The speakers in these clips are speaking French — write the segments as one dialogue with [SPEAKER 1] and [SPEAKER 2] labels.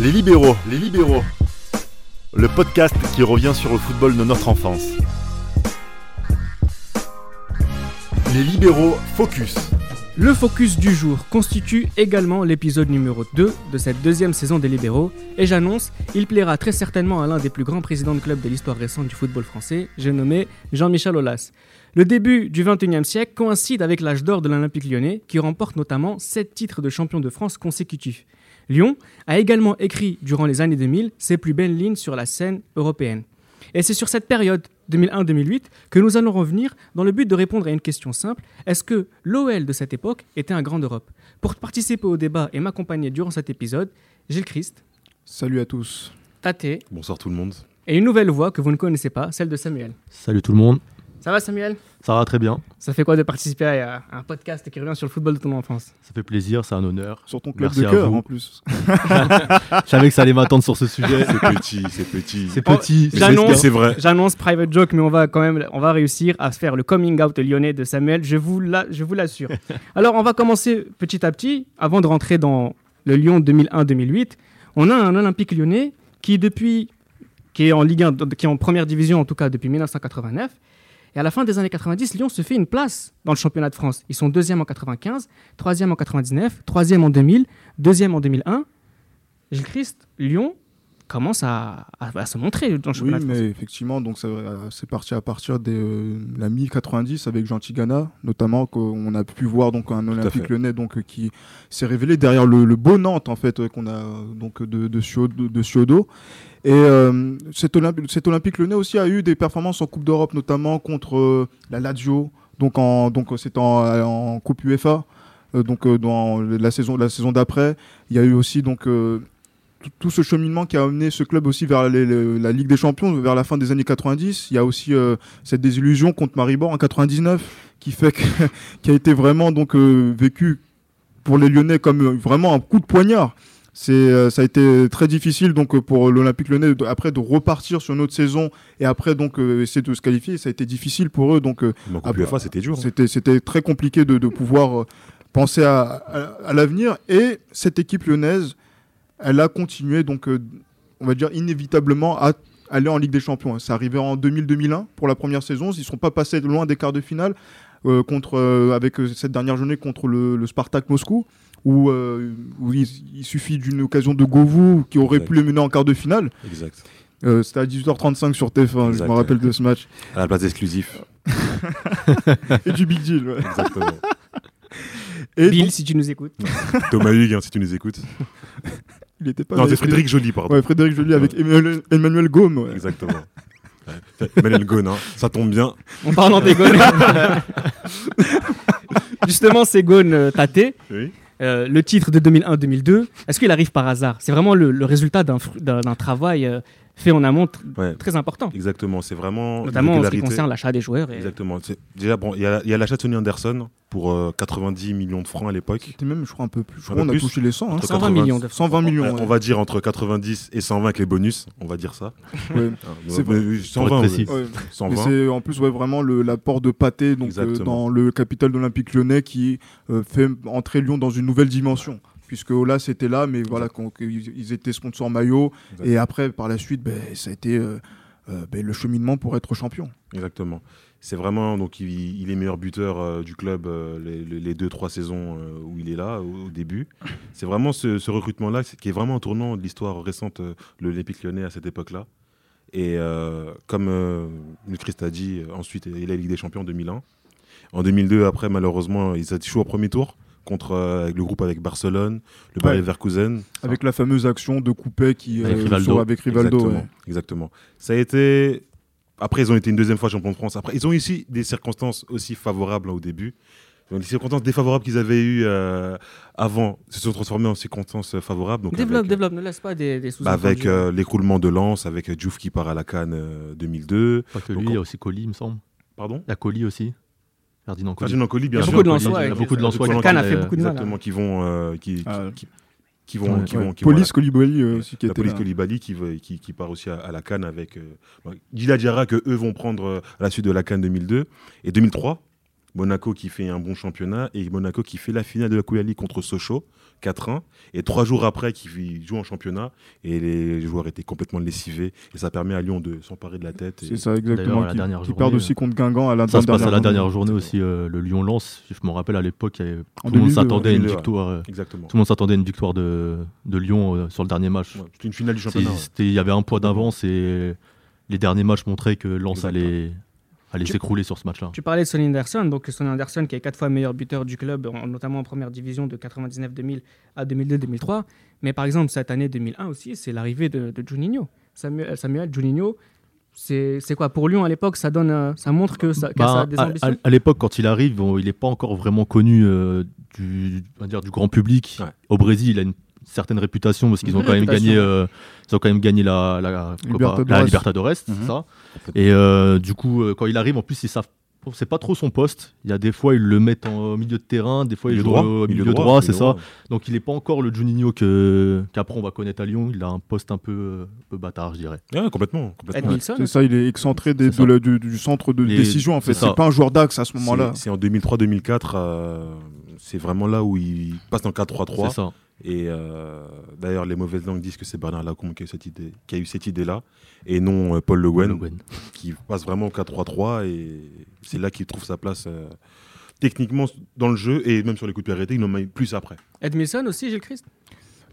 [SPEAKER 1] Les libéraux, les libéraux. Le podcast qui revient sur le football de notre enfance. Les libéraux focus.
[SPEAKER 2] Le focus du jour constitue également l'épisode numéro 2 de cette deuxième saison des Libéraux, et j'annonce, il plaira très certainement à l'un des plus grands présidents de club de l'histoire récente du football français, j'ai nommé Jean-Michel Aulas. Le début du XXIe siècle coïncide avec l'âge d'or de l'Olympique lyonnais, qui remporte notamment 7 titres de champion de France consécutifs. Lyon a également écrit, durant les années 2000, ses plus belles lignes sur la scène européenne. Et c'est sur cette période 2001-2008 que nous allons revenir dans le but de répondre à une question simple. Est-ce que l'OL de cette époque était un grand Europe Pour participer au débat et m'accompagner durant cet épisode, Gilles Christ,
[SPEAKER 3] Salut à tous.
[SPEAKER 2] Tate et
[SPEAKER 1] Bonsoir tout le monde.
[SPEAKER 2] une nouvelle voix que vous ne connaissez pas, celle de Samuel.
[SPEAKER 4] Salut tout le monde,
[SPEAKER 2] Ça va Samuel
[SPEAKER 4] ça va très bien,
[SPEAKER 2] Ça fait quoi de participer à à un podcast qui revient sur le football de ton enfance
[SPEAKER 4] ça fait plaisir, c'est un honneur.
[SPEAKER 3] Sur ton club
[SPEAKER 4] Merci
[SPEAKER 3] de
[SPEAKER 4] à
[SPEAKER 3] cœur
[SPEAKER 4] vous.
[SPEAKER 3] en plus.
[SPEAKER 4] Je savais que ça allait m'attendre sur ce sujet.
[SPEAKER 1] C'est petit, c'est petit. Oh,
[SPEAKER 4] C'est petit,
[SPEAKER 1] Mais
[SPEAKER 4] c'est-
[SPEAKER 2] J'annonce-
[SPEAKER 1] mais c'est vrai.
[SPEAKER 2] J'annonce private joke, mais on va quand même, on va réussir à faire le coming out lyonnais de Samuel. Je vous la- je vous l'assure. Alors, on va commencer petit à petit, avant de rentrer dans le Lyon 2001-2008. On a un Olympique lyonnais qui depuis, qui est en Ligue 1, qui est en première division en tout cas depuis 1989. Et à la fin des années 90, Lyon se fait une place dans le championnat de France. Ils sont deuxième en 95, troisième en 99, troisième en 2000, deuxième en 2001. Gilles Christ, Lyon commence à, à- à se montrer dans le
[SPEAKER 3] Oui,
[SPEAKER 2] championnat de France.
[SPEAKER 3] mais effectivement, donc ça, euh, c'est parti à partir de la mi-90 avec Gentil Ghana, notamment qu'on a pu voir donc un Olympique
[SPEAKER 1] fait.
[SPEAKER 3] Lyonnais donc euh, qui s'est révélé derrière le, le beau Nantes en fait euh, qu'on a euh, donc de de Ciodo. de Ciodo. Et euh, cet, Olymp- cet Olympique Lyonnais aussi a eu des performances en Coupe d'Europe, notamment contre euh, la Lazio. Donc en donc euh, c'est en, en Coupe UEFA. Euh, donc euh, dans la saison la saison d'après, il y a eu aussi donc euh, tout- tout ce cheminement qui a amené ce club aussi vers les- le- la Ligue des Champions vers la fin des années 90. Il y a aussi euh, cette désillusion contre Maribor en 99 qui fait que, qui a été vraiment donc euh, vécu pour les Lyonnais comme euh, vraiment un coup de poignard. C'est euh, ça a été très difficile donc euh, pour l'Olympique Lyonnais de- après de repartir sur une autre saison et après donc euh, essayer de se qualifier. Ça a été difficile pour eux donc euh,
[SPEAKER 1] Mon
[SPEAKER 3] Ah bah,
[SPEAKER 1] UEFA, c'était dur.
[SPEAKER 3] c'était, c'était très compliqué de, de pouvoir euh, penser à, à, à l'avenir. Et cette équipe lyonnaise, elle a continué, donc, euh, on va dire, inévitablement à aller en Ligue des Champions. C'est arrivé en 2000-2001 pour la première saison. Ils ne sont pas passés loin des quarts de finale euh, contre, euh, avec euh, cette dernière journée contre le, le Spartak Moscou. Où, euh, où il, il suffit d'une occasion de Govou qui aurait pu les mener en quart de finale.
[SPEAKER 1] Exact.
[SPEAKER 3] Euh, c'était à 18h35 sur TF1, je
[SPEAKER 1] Exact.
[SPEAKER 3] me rappelle de ce match.
[SPEAKER 1] À la place exclusive.
[SPEAKER 3] Et du Big Deal. ouais.
[SPEAKER 1] Exactement.
[SPEAKER 3] Et
[SPEAKER 2] Bill,
[SPEAKER 3] donc,
[SPEAKER 2] si tu nous écoutes.
[SPEAKER 1] Thomas Hugues, hein, si tu nous écoutes.
[SPEAKER 3] il était pas
[SPEAKER 1] Non, c'est
[SPEAKER 3] blessé.
[SPEAKER 1] Frédéric Joly, pardon.
[SPEAKER 3] Ouais, Frédéric Joly avec Emmanuel, Emmanuel Gaume. ouais.
[SPEAKER 1] Exactement. Ouais. Emmanuel Ghosn, hein. ça tombe bien.
[SPEAKER 2] On parle en dégonne. Justement, Ségon euh, Tate,
[SPEAKER 1] Oui.
[SPEAKER 2] euh, le titre de 2001-2002, est-ce qu'il arrive par hasard C'est vraiment le, le résultat d'un fru- d'un d'un travail euh, fait en amont tr-
[SPEAKER 1] Ouais.
[SPEAKER 2] très important,
[SPEAKER 1] Exactement, c'est vraiment. une
[SPEAKER 2] notamment en ce qui
[SPEAKER 1] régularité.
[SPEAKER 2] concerne l'achat des joueurs. Et...
[SPEAKER 1] Exactement. C'est- Déjà, bon, il y a, il y a l'achat de Tony Anderson pour euh, 90 millions de francs à l'époque.
[SPEAKER 3] C'était même, je crois, un peu plus. Je
[SPEAKER 1] Un
[SPEAKER 3] crois on
[SPEAKER 1] peu
[SPEAKER 3] a
[SPEAKER 1] plus.
[SPEAKER 3] touché les 100. hein.
[SPEAKER 1] Entre
[SPEAKER 2] 120
[SPEAKER 1] 80,
[SPEAKER 2] millions de
[SPEAKER 3] 120
[SPEAKER 1] Euh,
[SPEAKER 3] millions. ouais.
[SPEAKER 1] On va dire entre 90 et 120 avec les bonus, on va dire ça.
[SPEAKER 3] Ouais.
[SPEAKER 1] Ah,
[SPEAKER 3] C'est
[SPEAKER 1] mais-
[SPEAKER 3] vrai.
[SPEAKER 1] mais 120,
[SPEAKER 4] précis.
[SPEAKER 1] ouais.
[SPEAKER 3] Ouais. Mais
[SPEAKER 1] 120.
[SPEAKER 3] c'est en plus ouais, vraiment le- l'apport de Pâté donc, euh,
[SPEAKER 1] Exactement.
[SPEAKER 3] dans le capital d'Olympique lyonnais qui euh, fait entrer Lyon dans une nouvelle dimension. Puisque Ola c'était là, mais voilà, qu'on- qu'ils- ils étaient sponsors maillot.
[SPEAKER 1] Exact.
[SPEAKER 3] Et après, par la suite, ben, ça a été euh, euh, ben, le cheminement pour être champion.
[SPEAKER 1] Exactement. C'est vraiment, donc il, il est meilleur buteur euh, du club euh, les, les- les deux, trois saisons euh, où il est là, au, au début. C'est vraiment ce, ce recrutement-là c'est- qui est vraiment un tournant de l'histoire récente euh, de l'Olympique lyonnais à cette époque-là. Et euh, comme euh, le Christ a dit, euh, ensuite il est la Ligue des Champions en 2001. En 2002, après, malheureusement, il s'est chaud au premier tour contre euh, avec le groupe avec Barcelone, le Bayer
[SPEAKER 3] Ouais.
[SPEAKER 1] Leverkusen.
[SPEAKER 3] Avec la fameuse action de Coupet qui,
[SPEAKER 4] Avec
[SPEAKER 3] euh,
[SPEAKER 4] Rivaldo.
[SPEAKER 3] sur- avec Rivaldo.
[SPEAKER 1] Exactement,
[SPEAKER 3] ouais.
[SPEAKER 1] exactement. Ça a été. Après, ils ont été une deuxième fois champions de France. Après, ils ont ici des circonstances aussi favorables hein, au début. Donc, les circonstances défavorables qu'ils avaient eues euh, avant se sont transformées en circonstances euh, favorables. Donc,
[SPEAKER 2] développe,
[SPEAKER 1] avec,
[SPEAKER 2] développe, ne laisse pas des, des sous
[SPEAKER 1] bah, avec euh, l'écroulement de Lens, avec euh, Diouf qui part à la Cannes euh, 2002.
[SPEAKER 4] Pas que
[SPEAKER 1] Donc
[SPEAKER 4] lui,
[SPEAKER 1] on-
[SPEAKER 4] il y a aussi Colis, il me semble.
[SPEAKER 1] Pardon
[SPEAKER 4] Il y a Colis aussi, Ferdinand Colis.
[SPEAKER 1] Ferdinand Colli, euh, bien
[SPEAKER 2] Il y a
[SPEAKER 1] sûr.
[SPEAKER 2] beaucoup de
[SPEAKER 4] Colli,
[SPEAKER 2] Lensois,
[SPEAKER 4] Il y a
[SPEAKER 2] ouais,
[SPEAKER 4] beaucoup de
[SPEAKER 2] c'est-
[SPEAKER 4] Lensois.
[SPEAKER 2] Lacan a fait beaucoup de mal,
[SPEAKER 1] euh,
[SPEAKER 2] hein.
[SPEAKER 1] Exactement, qui vont. euh, qui,
[SPEAKER 3] Ah.
[SPEAKER 1] qui, qui vont,
[SPEAKER 4] Ouais.
[SPEAKER 1] qui vont, qui vont à la
[SPEAKER 3] Police Colibali euh, aussi qui
[SPEAKER 1] la
[SPEAKER 3] était
[SPEAKER 1] police
[SPEAKER 3] là.
[SPEAKER 1] Colibali qui, va- qui, qui part aussi à, à la Cannes avec euh, bon, Gila Diarra que eux vont prendre euh, à la suite de la Cannes 2002 et 2003. Monaco qui fait un bon championnat et Monaco qui fait la finale de la Coupe de la Ligue contre Sochaux, 4-1. Et trois jours après, qui joue en championnat et les joueurs étaient complètement lessivés. Et ça permet à Lyon de s'emparer de la tête.
[SPEAKER 3] C'est
[SPEAKER 1] Et...
[SPEAKER 3] ça,
[SPEAKER 4] D'ailleurs,
[SPEAKER 3] exactement.
[SPEAKER 4] à la
[SPEAKER 3] qui-
[SPEAKER 4] dernière
[SPEAKER 3] qui
[SPEAKER 4] journée,
[SPEAKER 3] perdent
[SPEAKER 4] euh,
[SPEAKER 3] aussi contre Guingamp à la
[SPEAKER 4] Ça se passe à la
[SPEAKER 3] avant-dernière
[SPEAKER 4] dernière journée aussi, euh, le Lyon-Lens. Je me rappelle à l'époque, il y avait-
[SPEAKER 3] En
[SPEAKER 4] tout le monde
[SPEAKER 3] 2002,
[SPEAKER 4] s'attendait à une
[SPEAKER 1] 2002, ouais.
[SPEAKER 4] victoire. euh,
[SPEAKER 1] Exactement.
[SPEAKER 4] Tout le monde s'attendait à une victoire de, de Lyon euh, sur le dernier match.
[SPEAKER 1] Ouais, C'est une finale du
[SPEAKER 4] C'est-
[SPEAKER 1] championnat. ouais.
[SPEAKER 4] c'était- Il y avait un poids d'avance et les derniers matchs montraient que Lens
[SPEAKER 1] Exactement.
[SPEAKER 4] allait, allait
[SPEAKER 2] Tu-
[SPEAKER 4] s'écrouler sur ce match-là.
[SPEAKER 2] Tu parlais de Sonny Anderson, donc Sonny Anderson qui est quatre fois meilleur buteur du club, en- notamment en première division de 99-2000 à 2002-2003. Mais par exemple, cette année 2001 aussi, c'est l'arrivée de, de Juninho. Samuel, euh, Samuel Juninho, c'est c'est quoi Pour Lyon à l'époque, ça, donne, euh, ça montre que ça, que ça
[SPEAKER 4] Bah,
[SPEAKER 2] a des
[SPEAKER 4] à- à
[SPEAKER 2] ambitions
[SPEAKER 4] à l'époque, quand il arrive, on- il n'est pas encore vraiment connu euh, du, on va dire, du grand public.
[SPEAKER 1] Ouais.
[SPEAKER 4] Au Brésil, il a une certaine réputation parce qu'ils ont,
[SPEAKER 2] Une
[SPEAKER 4] quand même
[SPEAKER 2] réputation.
[SPEAKER 4] gagné, euh, ils ont quand même gagné la, la,
[SPEAKER 3] Libertadores.
[SPEAKER 4] la Libertadores. c'est
[SPEAKER 5] Mhm.
[SPEAKER 4] ça. Et euh, du coup, euh, quand il arrive, en plus, ils savent. C'est pas trop son poste. Il y a des fois, ils le mettent en- au milieu de terrain, des fois, ils
[SPEAKER 1] Milieu
[SPEAKER 4] jouent au milieu droit, c'est
[SPEAKER 1] milieu
[SPEAKER 4] ça. Donc, il n'est pas encore le Juninho que- qu'après on va connaître à Lyon. Il a un poste un peu, euh, peu bâtard, je dirais.
[SPEAKER 1] Ouais, complètement. complètement.
[SPEAKER 2] Edmilson
[SPEAKER 3] C'est ça, il est excentré des-
[SPEAKER 4] C'est ça.
[SPEAKER 3] de la- du, du centre de
[SPEAKER 4] Les-
[SPEAKER 3] décision en fait.
[SPEAKER 4] c'est ça.
[SPEAKER 3] C'est pas un joueur d'axe à ce moment-là.
[SPEAKER 1] C'est- C'est en 2003-2004, euh, c'est vraiment là où il passe en
[SPEAKER 4] C'est
[SPEAKER 1] 4-3-3.
[SPEAKER 4] ça.
[SPEAKER 1] Et euh, d'ailleurs, les mauvaises langues disent que c'est Bernard Lacombe qui a eu cette idée, qui a eu cette idée-là, et non euh, Paul Le Guen,
[SPEAKER 4] Le Guen.
[SPEAKER 1] qui passe vraiment au 4-3-3, et c'est là qu'il trouve sa place euh, techniquement dans le jeu, et même sur les coups de pied arrêtés, il en met plus après.
[SPEAKER 2] Edmilson aussi, Gilles Christ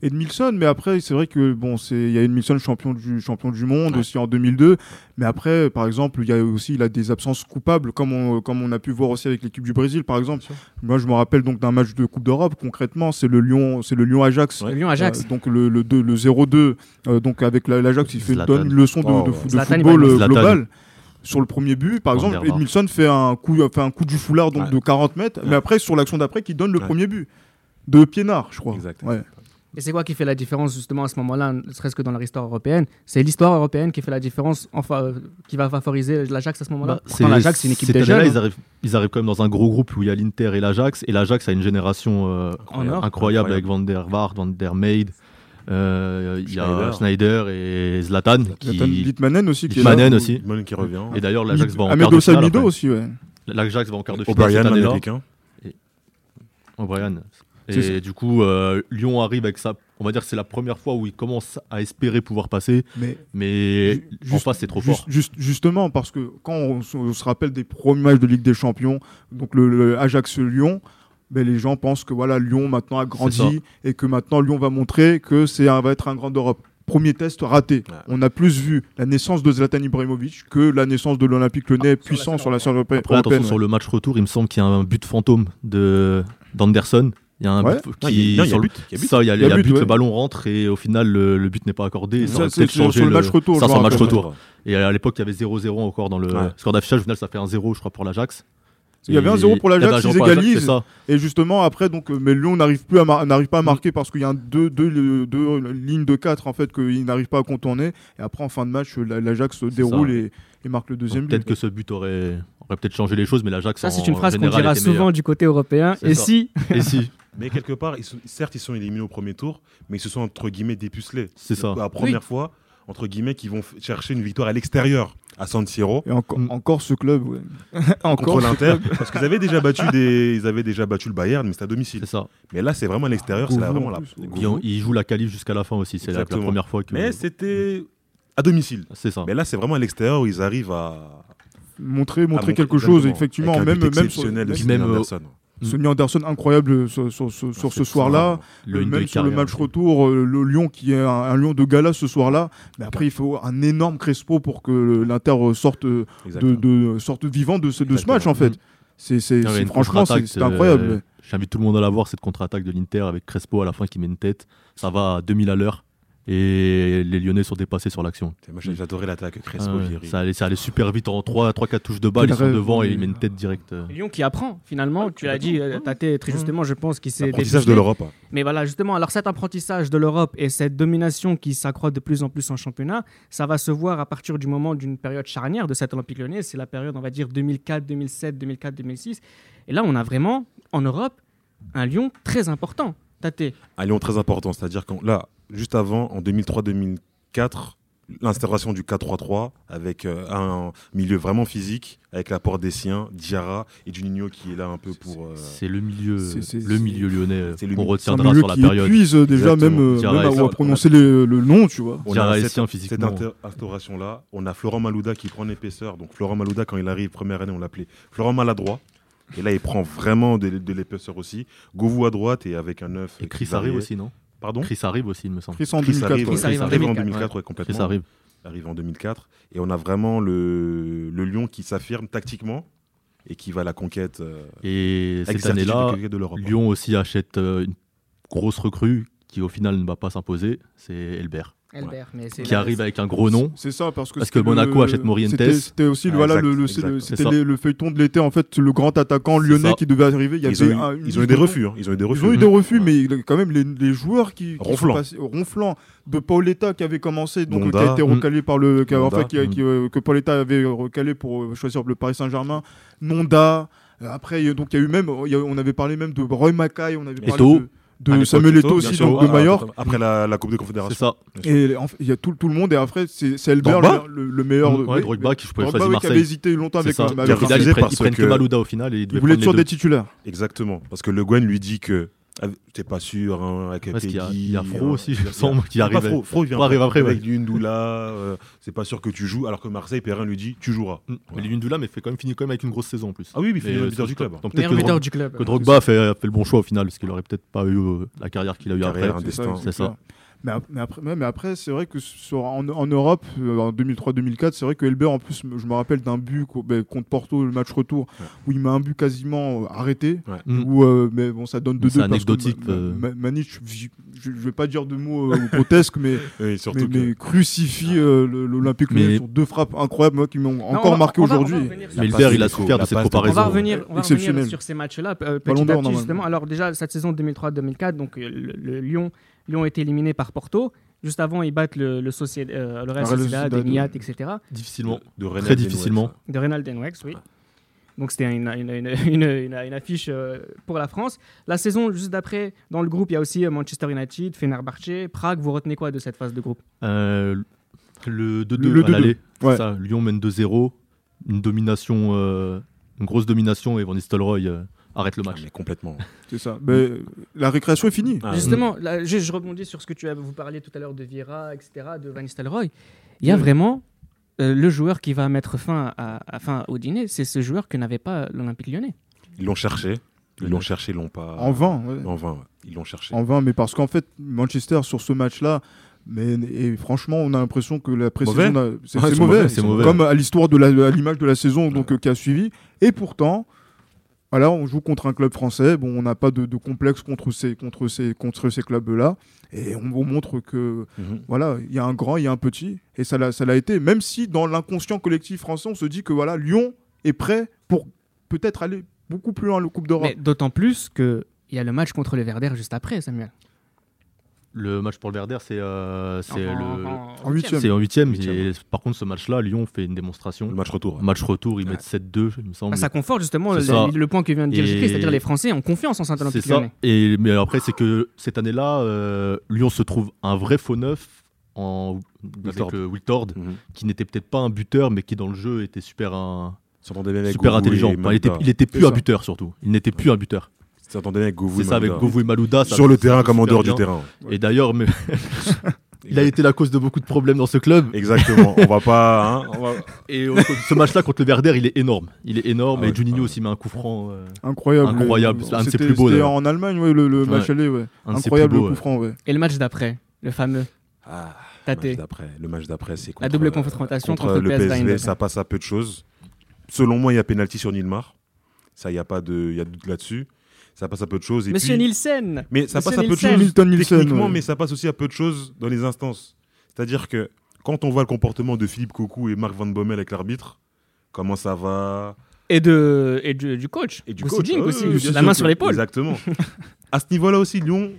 [SPEAKER 3] Edmilson, mais après, c'est vrai que bon, c'est il y a Edmilson champion du champion du monde aussi en 2002, mais après, par exemple, il y a aussi il a des absences coupables comme on comme on a pu voir aussi avec l'équipe du Brésil, par exemple. Moi, je me rappelle donc d'un match de Coupe d'Europe. Concrètement, c'est le Lyon, c'est le Lyon Ajax. Euh,
[SPEAKER 1] Ouais.
[SPEAKER 2] Le Lyon-Ajax.
[SPEAKER 3] donc le, le, deux- le 0-2, euh, donc avec la- l'Ajax, il fait
[SPEAKER 4] Zlatan.
[SPEAKER 3] donne une leçon de,
[SPEAKER 1] Oh,
[SPEAKER 3] de,
[SPEAKER 1] ouais.
[SPEAKER 3] fou- de
[SPEAKER 2] Zlatan, il
[SPEAKER 3] football
[SPEAKER 2] va-
[SPEAKER 3] euh,
[SPEAKER 4] Zlatan.
[SPEAKER 3] global. Sur le premier but, par
[SPEAKER 4] Van der
[SPEAKER 3] exemple,
[SPEAKER 4] Vaart.
[SPEAKER 3] Edmilson fait un coup, fait un coup du foulard donc
[SPEAKER 1] Ouais.
[SPEAKER 3] de 40 mètres,
[SPEAKER 1] Ouais.
[SPEAKER 3] mais après sur l'action d'après, qui donne le
[SPEAKER 1] Ouais.
[SPEAKER 3] premier but de Piénard, je crois.
[SPEAKER 1] Exact.
[SPEAKER 3] Ouais.
[SPEAKER 2] Et c'est quoi qui fait la différence justement à ce moment-là, ne serait-ce que dans leur histoire européenne C'est l'histoire européenne qui fait la différence, enfin, euh, qui va favoriser l'Ajax à ce moment-là
[SPEAKER 4] Bah,
[SPEAKER 2] Pourtant, L'Ajax, c'est une équipe
[SPEAKER 4] cette
[SPEAKER 2] de
[SPEAKER 4] année-là,
[SPEAKER 2] jeunes.
[SPEAKER 4] Ils
[SPEAKER 2] hein.
[SPEAKER 4] arrivent, ils arrivent quand même dans un gros groupe où il y a l'Inter et l'Ajax. Et l'Ajax a une génération euh,
[SPEAKER 2] En
[SPEAKER 4] incroyable,
[SPEAKER 2] or.
[SPEAKER 1] Incroyable.
[SPEAKER 4] avec Van der Vaart, Van der Meid. euh, Il y a
[SPEAKER 1] Schneider.
[SPEAKER 4] Schneider et Zlatan. qui-
[SPEAKER 3] Zlatan Litmanen aussi qui est là.
[SPEAKER 4] Litmanen aussi.
[SPEAKER 1] Manon qui revient.
[SPEAKER 4] Et d'ailleurs, l'Ajax va en quart
[SPEAKER 3] Amedo
[SPEAKER 4] de finale.
[SPEAKER 3] Samido
[SPEAKER 4] après.
[SPEAKER 3] aussi, ouais.
[SPEAKER 4] L'Ajax va en quart de finale
[SPEAKER 1] O'Brien,
[SPEAKER 4] cette année-là.
[SPEAKER 1] l'américain.
[SPEAKER 4] O'Brien.
[SPEAKER 3] C'est ça.
[SPEAKER 4] Et du coup, euh, Lyon arrive avec ça. On va dire que c'est la première fois où il commence à espérer pouvoir passer,
[SPEAKER 3] Mais
[SPEAKER 4] mais
[SPEAKER 3] Ju-
[SPEAKER 4] en
[SPEAKER 3] juste-
[SPEAKER 4] face, c'est trop
[SPEAKER 3] juste-
[SPEAKER 4] fort.
[SPEAKER 3] juste- justement, parce que quand on, s- on se rappelle des premiers matchs de Ligue des Champions, donc le, le Ajax-Lyon, ben les gens pensent que voilà, Lyon maintenant a
[SPEAKER 4] ça.
[SPEAKER 3] grandi et que maintenant Lyon va montrer que c'est un- va être un grand d'Europe. Premier test raté.
[SPEAKER 1] Ouais.
[SPEAKER 3] On a plus vu la naissance de Zlatan Ibrahimovic que la naissance de l'Olympique Lyonnais
[SPEAKER 4] Ah,
[SPEAKER 3] puissant sur la scène europé-
[SPEAKER 4] Après, attention,
[SPEAKER 3] européenne.
[SPEAKER 4] sur le match retour, il me semble qu'il y a un but fantôme de d'Anderson. Il y a un
[SPEAKER 3] Ouais.
[SPEAKER 4] but
[SPEAKER 1] Non, il y
[SPEAKER 4] qui.
[SPEAKER 1] a- non, il y
[SPEAKER 4] sur
[SPEAKER 1] a
[SPEAKER 4] le-
[SPEAKER 1] but. il y a but.
[SPEAKER 4] Ça, il y a, il y a but,
[SPEAKER 3] ouais.
[SPEAKER 4] le ballon rentre et au final, le, le but n'est pas accordé. et
[SPEAKER 3] Ça,
[SPEAKER 4] Ça, aurait
[SPEAKER 3] c'est
[SPEAKER 4] peut-être
[SPEAKER 3] sur-
[SPEAKER 4] changé
[SPEAKER 3] sur le match retour,
[SPEAKER 4] Ça,
[SPEAKER 3] je
[SPEAKER 4] sur le
[SPEAKER 3] me
[SPEAKER 4] match
[SPEAKER 3] rappelle.
[SPEAKER 4] retour. Et à l'époque, il y avait 0-0 encore dans le
[SPEAKER 1] Ouais.
[SPEAKER 4] score d'affichage. Au final, ça fait un 0, je crois, pour l'Ajax.
[SPEAKER 3] Il y avait
[SPEAKER 4] Et- eh
[SPEAKER 3] un 0 pour l'Ajax,
[SPEAKER 4] il y avait un
[SPEAKER 3] ils
[SPEAKER 4] 0 pour l'Ajax,
[SPEAKER 3] égalisent.
[SPEAKER 4] ben, c'est ça.
[SPEAKER 3] Et justement, après, donc, euh, mais Lyon n'arrive plus à mar- n'arrive
[SPEAKER 4] Mm.
[SPEAKER 3] pas à marquer parce qu'il y a un deux, deux, deux lignes de 4 en fait qu'il n'arrive pas à contourner. Et après, en fin de match, euh, la- l'Ajax se déroule
[SPEAKER 4] ça.
[SPEAKER 3] et, et marque le deuxième
[SPEAKER 4] Donc, Peut-être
[SPEAKER 3] but.
[SPEAKER 4] que ce but aurait, aurait peut-être changé les choses, mais l'Ajax,
[SPEAKER 2] Ça,
[SPEAKER 4] en
[SPEAKER 2] c'est une phrase qu'on
[SPEAKER 4] général,
[SPEAKER 2] dira
[SPEAKER 4] était
[SPEAKER 2] souvent
[SPEAKER 4] meilleur.
[SPEAKER 2] du côté européen.
[SPEAKER 4] C'est
[SPEAKER 2] Et
[SPEAKER 4] ça.
[SPEAKER 2] si
[SPEAKER 4] Et si,
[SPEAKER 1] Mais quelque part, ils sont- certes, ils sont éliminés au premier tour, mais ils se sont entre guillemets dépucelés.
[SPEAKER 4] c'est ça.
[SPEAKER 1] Pour
[SPEAKER 3] Bah,
[SPEAKER 1] La première fois, entre guillemets, qu'ils vont f- chercher une victoire à l'extérieur, à San Siro.
[SPEAKER 3] Et enco-
[SPEAKER 4] Mm.
[SPEAKER 3] encore ce club, ouais.
[SPEAKER 1] contre
[SPEAKER 3] encore.
[SPEAKER 1] l'Inter parce qu'ils avaient déjà battu des ils avaient déjà battu le Bayern mais c'était à domicile
[SPEAKER 4] C'est ça.
[SPEAKER 1] mais là c'est vraiment à l'extérieur c'est
[SPEAKER 3] Gouvou,
[SPEAKER 1] vraiment
[SPEAKER 3] en
[SPEAKER 1] là
[SPEAKER 3] plus.
[SPEAKER 4] Il, il joue la qualif jusqu'à la fin aussi. C'est la, la
[SPEAKER 1] Exactement.
[SPEAKER 4] première fois que.
[SPEAKER 1] mais c'était à domicile
[SPEAKER 4] C'est ça.
[SPEAKER 1] mais là c'est vraiment à l'extérieur où ils arrivent à
[SPEAKER 4] Ah,
[SPEAKER 3] Montrer, montrer
[SPEAKER 1] à
[SPEAKER 3] quelque
[SPEAKER 1] exactement.
[SPEAKER 3] chose, effectivement.
[SPEAKER 1] Avec un
[SPEAKER 3] même,
[SPEAKER 1] but
[SPEAKER 3] même sur,
[SPEAKER 1] exceptionnel de
[SPEAKER 3] même-
[SPEAKER 4] Puis
[SPEAKER 1] Steven
[SPEAKER 4] même, euh,
[SPEAKER 1] Anderson.
[SPEAKER 3] Sonny Anderson, incroyable euh, sur, sur- sur- sur ce
[SPEAKER 1] C'est
[SPEAKER 3] soir-là.
[SPEAKER 4] Le
[SPEAKER 3] Euh,
[SPEAKER 4] une
[SPEAKER 3] même
[SPEAKER 4] de
[SPEAKER 3] sur le
[SPEAKER 4] carrière
[SPEAKER 3] match
[SPEAKER 4] aussi.
[SPEAKER 3] retour, euh, le Lyon qui est un, un Lyon de gala ce soir-là. Mais après, il faut un énorme Crespo pour que l'Inter euh, sorte. euh, de,
[SPEAKER 1] Exactement.
[SPEAKER 3] de sorte vivant de ce, de ce
[SPEAKER 1] Exactement.
[SPEAKER 3] match en fait. C'est c'est-
[SPEAKER 4] Il y avait
[SPEAKER 3] c'est-
[SPEAKER 4] Mm. une
[SPEAKER 3] franchement c'est
[SPEAKER 4] contre-attaque,
[SPEAKER 3] c'est
[SPEAKER 4] euh,
[SPEAKER 3] incroyable.
[SPEAKER 4] J'invite tout le monde à la voir, cette contre-attaque de l'Inter avec Crespo à la fin qui met une tête. Ça va à 2000 à l'heure. Et les Lyonnais sont dépassés sur l'action.
[SPEAKER 1] moi j'ai- j'adorais l'attaque Crespo
[SPEAKER 4] Ah ouais,
[SPEAKER 1] Vieri.
[SPEAKER 4] ça, allait, ça allait super vite en 3-4 touches de balle.
[SPEAKER 3] Quel
[SPEAKER 4] Ils sont
[SPEAKER 3] rêve.
[SPEAKER 4] devant et ils mettent une tête directe. euh.
[SPEAKER 2] Lyon qui apprend finalement, tu l'as dit, euh, Tate,
[SPEAKER 4] Mmh.
[SPEAKER 2] très justement, je pense qu'il
[SPEAKER 4] Bah,
[SPEAKER 2] s'est
[SPEAKER 1] L'apprentissage de
[SPEAKER 2] dépucelé.
[SPEAKER 1] l'Europe hein.
[SPEAKER 2] Mais voilà, justement, alors cet apprentissage de l'Europe et cette domination qui s'accroît de plus en plus en championnat, ça va se voir à partir du moment d'une période charnière de cet Olympique lyonnais. C'est la période, on va dire, 2004, 2007, 2004, 2006. Et là, on a vraiment, en Europe, un Lyon très important. Tate,
[SPEAKER 1] Ah, à Lyon très important c'est à dire quand là juste avant en 2003 2004 l'instauration du 4-3-3 avec euh, un milieu vraiment physique, avec l'apport des siens, Diarra et Juninho qui est là un peu pour. euh,
[SPEAKER 4] C'est le milieu,
[SPEAKER 3] c'est- c'est-
[SPEAKER 4] le milieu lyonnais
[SPEAKER 1] c'est le
[SPEAKER 4] qu'on
[SPEAKER 1] milieu-
[SPEAKER 3] C'est un
[SPEAKER 4] retiendra
[SPEAKER 3] milieu
[SPEAKER 4] sur la
[SPEAKER 3] qui
[SPEAKER 4] période.
[SPEAKER 3] épuise euh, déjà
[SPEAKER 4] Exactement.
[SPEAKER 3] même, euh,
[SPEAKER 4] Diarra
[SPEAKER 3] même
[SPEAKER 4] et
[SPEAKER 3] à
[SPEAKER 1] Sarr-
[SPEAKER 3] prononcer le, le nom, tu vois.
[SPEAKER 1] on
[SPEAKER 4] Diarra
[SPEAKER 1] a
[SPEAKER 4] est
[SPEAKER 1] cette,
[SPEAKER 4] sien
[SPEAKER 1] cette
[SPEAKER 4] physiquement.
[SPEAKER 1] inter- instauration-là. On a Florent Malouda qui prend l'épaisseur. Donc Florent Malouda, quand il arrive, première année, on l'appelait Florent Maladroit. Et là, il prend vraiment de, de l'épaisseur aussi. Govou à droite et avec un neuf.
[SPEAKER 4] Et
[SPEAKER 1] qui
[SPEAKER 4] Chris
[SPEAKER 1] variait.
[SPEAKER 4] arrive aussi, non
[SPEAKER 1] Pardon
[SPEAKER 4] Chris arrive aussi, il me semble.
[SPEAKER 3] Chris en
[SPEAKER 1] Chris
[SPEAKER 3] 2004.
[SPEAKER 1] arrive,
[SPEAKER 3] ouais.
[SPEAKER 2] Chris arrive en
[SPEAKER 1] en
[SPEAKER 2] 2004,
[SPEAKER 1] 2004, ouais, complètement.
[SPEAKER 4] Chris arrive.
[SPEAKER 1] arrive en 2004. Et on a vraiment le, le Lyon qui s'affirme tactiquement et qui va à la conquête. euh,
[SPEAKER 4] Et
[SPEAKER 1] avec
[SPEAKER 4] cette
[SPEAKER 1] des certitudes
[SPEAKER 4] année-là,
[SPEAKER 1] de conquête de l'Europe.
[SPEAKER 4] Lyon aussi achète euh, une grosse recrue qui au final ne va pas s'imposer, c'est Elbert,
[SPEAKER 2] Albert, mais c'est
[SPEAKER 4] qui
[SPEAKER 2] la-
[SPEAKER 4] arrive avec un gros nom.
[SPEAKER 3] C'est ça, parce que.
[SPEAKER 4] Parce que
[SPEAKER 3] c'était
[SPEAKER 4] Monaco
[SPEAKER 3] le-
[SPEAKER 4] achète Morientes.
[SPEAKER 3] c'était- C'était aussi le-
[SPEAKER 1] Ah,
[SPEAKER 3] voilà,
[SPEAKER 1] exact,
[SPEAKER 3] le, le-
[SPEAKER 1] exact.
[SPEAKER 3] le-
[SPEAKER 4] C'est
[SPEAKER 3] c'était
[SPEAKER 4] ça.
[SPEAKER 3] les- le feuilleton de l'été, en fait, le grand attaquant
[SPEAKER 4] C'est
[SPEAKER 3] lyonnais
[SPEAKER 4] ça.
[SPEAKER 3] qui devait arriver. Il y
[SPEAKER 1] Ils ont
[SPEAKER 3] avait
[SPEAKER 1] eu,
[SPEAKER 3] un-
[SPEAKER 1] ils ont eu des refus. hein, Ils ont eu des refus.
[SPEAKER 3] Ils ont eu des refus,
[SPEAKER 1] Ouais.
[SPEAKER 3] mais il- quand même, les, les joueurs qui. qui sont
[SPEAKER 1] Ronflant.
[SPEAKER 3] passés- ronflant. De Pauletta qui avait commencé, donc euh, qui
[SPEAKER 1] Nonda.
[SPEAKER 3] a été
[SPEAKER 4] Mm.
[SPEAKER 3] recalé par le. qui a-
[SPEAKER 1] Nonda. Mm.
[SPEAKER 3] enfin, qui a- qui, euh, que Pauletta avait recalé pour euh, choisir le Paris Saint-Germain. Nonda. euh, Après, il y a- donc il y a eu même. il y a- on avait parlé même de Roy Mackay, on avait parlé
[SPEAKER 4] Eto'o.
[SPEAKER 3] de, de
[SPEAKER 1] À l'époque,
[SPEAKER 3] Samuel Eto'o
[SPEAKER 1] bien
[SPEAKER 3] aussi,
[SPEAKER 1] sûr.
[SPEAKER 3] donc de
[SPEAKER 1] Ah,
[SPEAKER 3] Mallorca.
[SPEAKER 1] Après la, la Coupe des
[SPEAKER 4] C'est
[SPEAKER 1] Confédérations.
[SPEAKER 4] ça.
[SPEAKER 3] Et en fait, il y a tout, tout le monde, et après, c'est c'est Elbert
[SPEAKER 1] Drogba Mm.
[SPEAKER 3] le, le- le meilleur.
[SPEAKER 4] Ouais,
[SPEAKER 3] mais-
[SPEAKER 4] Drogba qui je pouvais
[SPEAKER 3] Drogba,
[SPEAKER 4] choisir
[SPEAKER 3] ouais, qui avait
[SPEAKER 4] Marseille.
[SPEAKER 3] hésité longtemps
[SPEAKER 4] C'est
[SPEAKER 3] avec,
[SPEAKER 4] ça.
[SPEAKER 3] avec
[SPEAKER 4] Au final,
[SPEAKER 1] Marseille
[SPEAKER 4] ils prennent,
[SPEAKER 1] parce
[SPEAKER 4] ils prennent que,
[SPEAKER 1] que-
[SPEAKER 4] Malouda au final et ils
[SPEAKER 3] Il
[SPEAKER 4] devaient
[SPEAKER 3] voulait être
[SPEAKER 4] prendre
[SPEAKER 3] sûr
[SPEAKER 4] les deux.
[SPEAKER 3] des titulaires.
[SPEAKER 1] Exactement. Parce que Le Guen lui dit que. ah, T'es pas sûr, hein, avec
[SPEAKER 4] Parce qu'il y a-
[SPEAKER 1] Peggy,
[SPEAKER 4] il y a Fro
[SPEAKER 1] hein,
[SPEAKER 4] aussi,
[SPEAKER 1] il y a-
[SPEAKER 4] il me semble, qui
[SPEAKER 1] Pas
[SPEAKER 4] arrive.
[SPEAKER 1] Fro, Fro, il vient
[SPEAKER 4] Fro arrive après,
[SPEAKER 1] Avec
[SPEAKER 4] ouais.
[SPEAKER 1] Lindoula, euh, c'est pas sûr que tu joues, alors que Marseille, Perrin lui dit tu joueras.
[SPEAKER 4] Mais Lundula, mais fait quand même finit quand même avec une grosse saison en plus.
[SPEAKER 1] Ah oui, mais il fait
[SPEAKER 4] Et,
[SPEAKER 1] le
[SPEAKER 4] euh,
[SPEAKER 1] leader du club.
[SPEAKER 4] Donc peut-être
[SPEAKER 2] meilleur
[SPEAKER 4] que,
[SPEAKER 2] buteur
[SPEAKER 4] Drog-
[SPEAKER 2] du club.
[SPEAKER 4] que Drogba a fait, a fait le bon choix au final, parce qu'il aurait peut-être pas eu euh, la carrière qu'il a eu
[SPEAKER 1] Carrière,
[SPEAKER 4] après.
[SPEAKER 1] un destin.
[SPEAKER 4] C'est ça.
[SPEAKER 3] clair. Mais, ap- mais après, ouais, mais après, c'est vrai que sur, en, en Europe, euh, en 2003-2004, c'est vrai que Elbert, en plus, je me rappelle d'un but co- ben, contre Porto, le match retour,
[SPEAKER 1] Ouais.
[SPEAKER 3] où il met un but quasiment euh, arrêté.
[SPEAKER 4] Mm.
[SPEAKER 3] Où, euh, mais bon, ça donne 2-2.
[SPEAKER 4] C'est
[SPEAKER 3] parce que
[SPEAKER 4] anecdotique,
[SPEAKER 3] Ma-
[SPEAKER 4] euh.
[SPEAKER 3] Ma- Maniche, je je- je vais pas dire de mots euh, grotesques, mais,
[SPEAKER 1] hein. Et
[SPEAKER 3] mais,
[SPEAKER 1] surtout
[SPEAKER 3] mais crucifie euh, le- l'Olympique
[SPEAKER 4] Mais-
[SPEAKER 3] Lyonnais sur deux frappes incroyables, moi, qui m'ont
[SPEAKER 2] Non,
[SPEAKER 3] encore
[SPEAKER 2] on va-
[SPEAKER 3] marqué
[SPEAKER 2] on va- on va
[SPEAKER 3] aujourd'hui.
[SPEAKER 2] revenir sur-
[SPEAKER 4] Mais
[SPEAKER 1] La
[SPEAKER 4] Elbert,
[SPEAKER 1] passe
[SPEAKER 4] il a
[SPEAKER 1] de Flo,
[SPEAKER 4] souffert de
[SPEAKER 1] la
[SPEAKER 4] cette
[SPEAKER 1] passe de Flo.
[SPEAKER 2] On va
[SPEAKER 4] comparaison.
[SPEAKER 2] revenir, on va
[SPEAKER 3] Ah, Exceptionnel.
[SPEAKER 2] revenir sur ces matchs-là euh,
[SPEAKER 3] Ballon
[SPEAKER 2] petit à
[SPEAKER 3] d'or,
[SPEAKER 2] petit
[SPEAKER 3] normalement.
[SPEAKER 2] justement. Alors déjà cette saison 2003-2004, donc euh, le, le Lyon, Lyon a été éliminé par Porto. Juste avant, ils battent le, le, Socied- euh, le Real
[SPEAKER 3] Ah, le
[SPEAKER 2] Sociedad,
[SPEAKER 3] Sociedad,
[SPEAKER 2] Niat,
[SPEAKER 3] ouais.
[SPEAKER 2] etc.
[SPEAKER 4] Difficilement.
[SPEAKER 1] de Reynald
[SPEAKER 4] Très
[SPEAKER 1] Denouet,
[SPEAKER 4] difficilement.
[SPEAKER 1] ça.
[SPEAKER 2] De Reynald Denwex, oui. Donc c'était une, une- une- une- une- une affiche euh, pour la France. La saison juste d'après, dans le groupe, il y a aussi euh, Manchester United, Fenerbahçe, Prague. Vous retenez quoi de cette phase de groupe
[SPEAKER 4] Euh, le 2-2
[SPEAKER 3] Le- le
[SPEAKER 4] à l'aller,
[SPEAKER 3] 2-2, ouais.
[SPEAKER 4] ça, Lyon mène 2-0, une domination, euh, une grosse domination et Van Nistelrooy euh, arrête le
[SPEAKER 1] Ah,
[SPEAKER 4] match.
[SPEAKER 1] mais complètement.
[SPEAKER 3] C'est ça. Ben, la récréation est finie.
[SPEAKER 1] Ah,
[SPEAKER 2] Justement, là, je, je rebondis sur ce que tu as vous parliez tout à l'heure de Vieira, etc., de Van Nistelrooy. Il y a
[SPEAKER 1] Mm.
[SPEAKER 3] Oui.
[SPEAKER 2] vraiment euh, le joueur qui va mettre fin, à, à- fin au dîner, c'est ce joueur que n'avait pas l'Olympique lyonnais.
[SPEAKER 1] Ils l'ont cherché. Ils l'ont cherché, ils l'ont pas.
[SPEAKER 3] En vain. ouais.
[SPEAKER 1] En vain, ouais. Ils l'ont cherché. Ah,
[SPEAKER 3] En vain, mais parce qu'en fait, Manchester, sur ce match-là, mais, et franchement, on a l'impression que la
[SPEAKER 1] Mauvais.
[SPEAKER 3] pré-saison, n'a- c'est
[SPEAKER 1] Ah,
[SPEAKER 3] c'est
[SPEAKER 1] ils sont mauvais,
[SPEAKER 3] mauvais,
[SPEAKER 1] ils sont
[SPEAKER 4] mauvais.
[SPEAKER 3] comme à l'histoire de la- à l'image de la saison donc, euh, qui a suivi. Et pourtant, voilà, on joue contre un club français. Bon, on n'a pas de, de complexe contre ces, contre ces, contre ces clubs-là, et on, on montre que
[SPEAKER 1] Mhm.
[SPEAKER 3] voilà, il y a un grand, il y a un petit, et ça l'a, ça l'a été. Même si dans l'inconscient collectif français, on se dit que voilà, Lyon est prêt pour peut-être aller beaucoup plus loin à la Coupe d'Europe.
[SPEAKER 2] Mais d'autant plus que il y a le match contre le Verder juste après, Samuel.
[SPEAKER 4] Le match pour le Verder, c'est euh, c'est
[SPEAKER 2] Enfin,
[SPEAKER 4] le-
[SPEAKER 2] en- en
[SPEAKER 3] en
[SPEAKER 2] huitième.
[SPEAKER 3] huitième.
[SPEAKER 4] c'est en huitième.
[SPEAKER 1] Huitième.
[SPEAKER 4] et Par contre, ce match-là, Lyon fait une démonstration.
[SPEAKER 1] Le match retour. ouais.
[SPEAKER 4] Match retour, ils
[SPEAKER 1] Ouais.
[SPEAKER 4] mettent 7-2, il me semble.
[SPEAKER 2] Enfin, Ah, ça conforte justement
[SPEAKER 4] C'est
[SPEAKER 2] le,
[SPEAKER 4] ça.
[SPEAKER 2] le point que vient de dire
[SPEAKER 4] Et-
[SPEAKER 2] Gilles, c'est-à-dire les Français ont confiance en
[SPEAKER 4] C'est
[SPEAKER 2] Saint-Olympique
[SPEAKER 4] ça.
[SPEAKER 2] lyonnais.
[SPEAKER 4] Et, mais après, c'est que cette année-là, euh, Lyon se trouve un vrai faux neuf en,
[SPEAKER 1] Wiltord.
[SPEAKER 4] avec euh, Wiltord,
[SPEAKER 1] Mhm.
[SPEAKER 4] qui n'était peut-être pas un buteur, mais qui dans le jeu était super, un,
[SPEAKER 1] S'entendait bien avec
[SPEAKER 4] super
[SPEAKER 1] Govou
[SPEAKER 4] intelligent.
[SPEAKER 1] et
[SPEAKER 4] Enfin, il, était,
[SPEAKER 1] Malouda.
[SPEAKER 4] il était plus
[SPEAKER 3] C'est
[SPEAKER 4] un
[SPEAKER 3] ça.
[SPEAKER 4] buteur surtout. Il n'était plus un buteur.
[SPEAKER 1] S'entendait bien avec Govou.
[SPEAKER 4] C'est
[SPEAKER 1] et
[SPEAKER 4] ça avec
[SPEAKER 1] Malouda.
[SPEAKER 4] Govou et Malouda. ça-
[SPEAKER 1] Sur le
[SPEAKER 4] ça
[SPEAKER 1] terrain
[SPEAKER 4] marche
[SPEAKER 1] comme en
[SPEAKER 4] super
[SPEAKER 1] dehors
[SPEAKER 4] bien.
[SPEAKER 1] du terrain.
[SPEAKER 4] Et d'ailleurs, mais il a été la cause de beaucoup de problèmes dans ce club.
[SPEAKER 1] Exactement. On va pas. hein, on va-
[SPEAKER 4] Et euh, ce match-là contre le Verder, il est énorme. Il est énorme.
[SPEAKER 1] Ah
[SPEAKER 4] et
[SPEAKER 1] ouais,
[SPEAKER 4] Juninho
[SPEAKER 1] ah ouais.
[SPEAKER 4] aussi met un coup franc. euh,
[SPEAKER 3] Incroyable.
[SPEAKER 4] Incroyable, c'est un de ses
[SPEAKER 3] C'était-
[SPEAKER 4] plus beaux,
[SPEAKER 3] C'était
[SPEAKER 4] d'ailleurs.
[SPEAKER 3] en Allemagne, ouais, le, le match aller, ouais.
[SPEAKER 4] un de ses
[SPEAKER 3] Incroyable
[SPEAKER 4] plus
[SPEAKER 3] le
[SPEAKER 4] beaux,
[SPEAKER 3] coup
[SPEAKER 4] ouais.
[SPEAKER 3] franc, ouais.
[SPEAKER 2] Et le match d'après, le fameux
[SPEAKER 1] Ah, le match
[SPEAKER 2] tâté.
[SPEAKER 1] d'après. Le match d'après, c'est
[SPEAKER 2] La
[SPEAKER 1] contre,
[SPEAKER 2] double
[SPEAKER 1] euh,
[SPEAKER 2] confrontation
[SPEAKER 1] contre,
[SPEAKER 2] contre,
[SPEAKER 1] le PSV.
[SPEAKER 2] Eindhoven.
[SPEAKER 1] ça passe à peu de choses. Selon moi, il y a pénalty sur Nilmar. Ça, il n'y a pas de, il y a de doute là-dessus. Ça passe à peu de choses. Et
[SPEAKER 2] Monsieur
[SPEAKER 1] puis-
[SPEAKER 2] Nielsen
[SPEAKER 1] Mais
[SPEAKER 2] Monsieur
[SPEAKER 1] ça passe à peu de
[SPEAKER 2] Nielsen.
[SPEAKER 1] choses
[SPEAKER 3] Milton Nielsen,
[SPEAKER 1] techniquement,
[SPEAKER 3] ouais.
[SPEAKER 1] mais ça passe aussi à peu de choses dans les instances. C'est-à-dire que quand on voit le comportement de Philippe Coucou et Marc Van Bommel avec l'arbitre, comment ça va
[SPEAKER 2] et, de, et du, du coach.
[SPEAKER 1] Et du
[SPEAKER 2] Aussi
[SPEAKER 1] coach,
[SPEAKER 2] Jing
[SPEAKER 1] ouais,
[SPEAKER 2] aussi,
[SPEAKER 1] ouais, bien
[SPEAKER 2] la
[SPEAKER 1] sûr
[SPEAKER 2] main
[SPEAKER 1] que-
[SPEAKER 2] sur l'épaule.
[SPEAKER 1] Exactement. à ce niveau-là aussi, Lyon,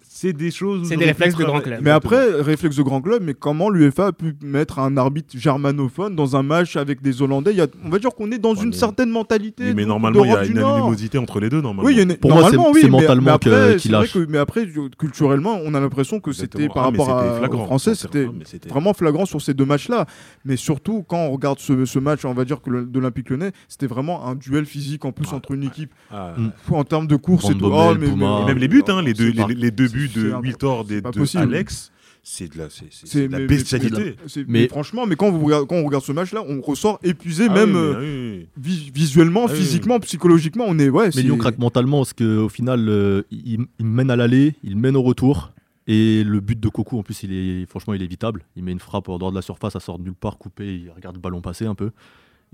[SPEAKER 1] c'est- c'est des choses. où
[SPEAKER 2] C'est
[SPEAKER 1] le
[SPEAKER 2] des réflexes de
[SPEAKER 1] réflexe
[SPEAKER 2] grand club.
[SPEAKER 1] travaille.
[SPEAKER 4] bah,
[SPEAKER 3] Mais après,
[SPEAKER 1] Exactement.
[SPEAKER 3] réflexe de grand club, mais comment l'UEFA a pu mettre un arbitre germanophone dans un match avec des Hollandais Il y a- On va dire qu'on est dans
[SPEAKER 1] Ouais,
[SPEAKER 3] une
[SPEAKER 1] mais-
[SPEAKER 3] certaine mentalité.
[SPEAKER 1] Oui, mais
[SPEAKER 3] de-
[SPEAKER 1] normalement, il y a
[SPEAKER 3] d'Europe du
[SPEAKER 1] une
[SPEAKER 3] Nord.
[SPEAKER 1] animosité entre les deux, normalement.
[SPEAKER 3] Oui, il y a une-
[SPEAKER 4] Pour moi,
[SPEAKER 3] normalement,
[SPEAKER 4] c'est-
[SPEAKER 3] oui,
[SPEAKER 4] c'est
[SPEAKER 3] mais- mais
[SPEAKER 4] mentalement
[SPEAKER 3] après,
[SPEAKER 4] que-
[SPEAKER 3] c'est
[SPEAKER 4] qu'il
[SPEAKER 3] vrai
[SPEAKER 4] lâche.
[SPEAKER 3] que- mais après, du- culturellement, on a l'impression que c'était
[SPEAKER 1] Exactement.
[SPEAKER 3] par
[SPEAKER 1] Ah, mais
[SPEAKER 3] rapport
[SPEAKER 1] c'était
[SPEAKER 3] à,
[SPEAKER 1] flagrant.
[SPEAKER 3] aux Français,
[SPEAKER 1] Sincèrement,
[SPEAKER 3] c'était
[SPEAKER 1] mais c'était-
[SPEAKER 3] vraiment flagrant sur ces deux matchs-là. Mais surtout, quand on regarde ce, ce match, on va dire que le- de l'Olympique Lyonnais, c'était vraiment un duel physique en plus
[SPEAKER 1] Ouais,
[SPEAKER 3] entre une équipe
[SPEAKER 1] Ah,
[SPEAKER 4] Mm.
[SPEAKER 3] Fou, en termes de course et tout.
[SPEAKER 4] Vandommel,
[SPEAKER 3] Oh, mais-
[SPEAKER 4] Puma.
[SPEAKER 3] mais-
[SPEAKER 1] Et même les buts, hein, les deux,
[SPEAKER 3] C'est
[SPEAKER 1] les,
[SPEAKER 3] pas-
[SPEAKER 1] les deux buts
[SPEAKER 3] c'est
[SPEAKER 1] de
[SPEAKER 3] incroyable.
[SPEAKER 1] Wiltor et
[SPEAKER 3] pas
[SPEAKER 1] de
[SPEAKER 3] possible.
[SPEAKER 1] Alex, c'est de la, c'est, c'est- c'est
[SPEAKER 3] c'est-
[SPEAKER 1] de la
[SPEAKER 3] mais- mais-
[SPEAKER 1] bestialité. Ah
[SPEAKER 3] c'est- Mais,
[SPEAKER 4] Mais-
[SPEAKER 3] franchement, mais quand, vous regarde- quand on regarde ce match-là, on ressort épuisé,
[SPEAKER 1] Ah oui,
[SPEAKER 3] même
[SPEAKER 1] mais,
[SPEAKER 4] hein.
[SPEAKER 3] euh,
[SPEAKER 1] ah oui,
[SPEAKER 3] vi- visuellement,
[SPEAKER 1] Ah oui,
[SPEAKER 3] physiquement, psychologiquement, on est ouais.
[SPEAKER 4] Mais
[SPEAKER 3] c'est-
[SPEAKER 4] Lyon craque mentalement parce qu'au final, euh, il, il mène à l'aller, il mène au retour. Et le but de Coco, en plus, il est franchement, il est évitable. Il met une frappe en dehors de la surface, ça sort de nulle part, coupé, il regarde le ballon passer un peu.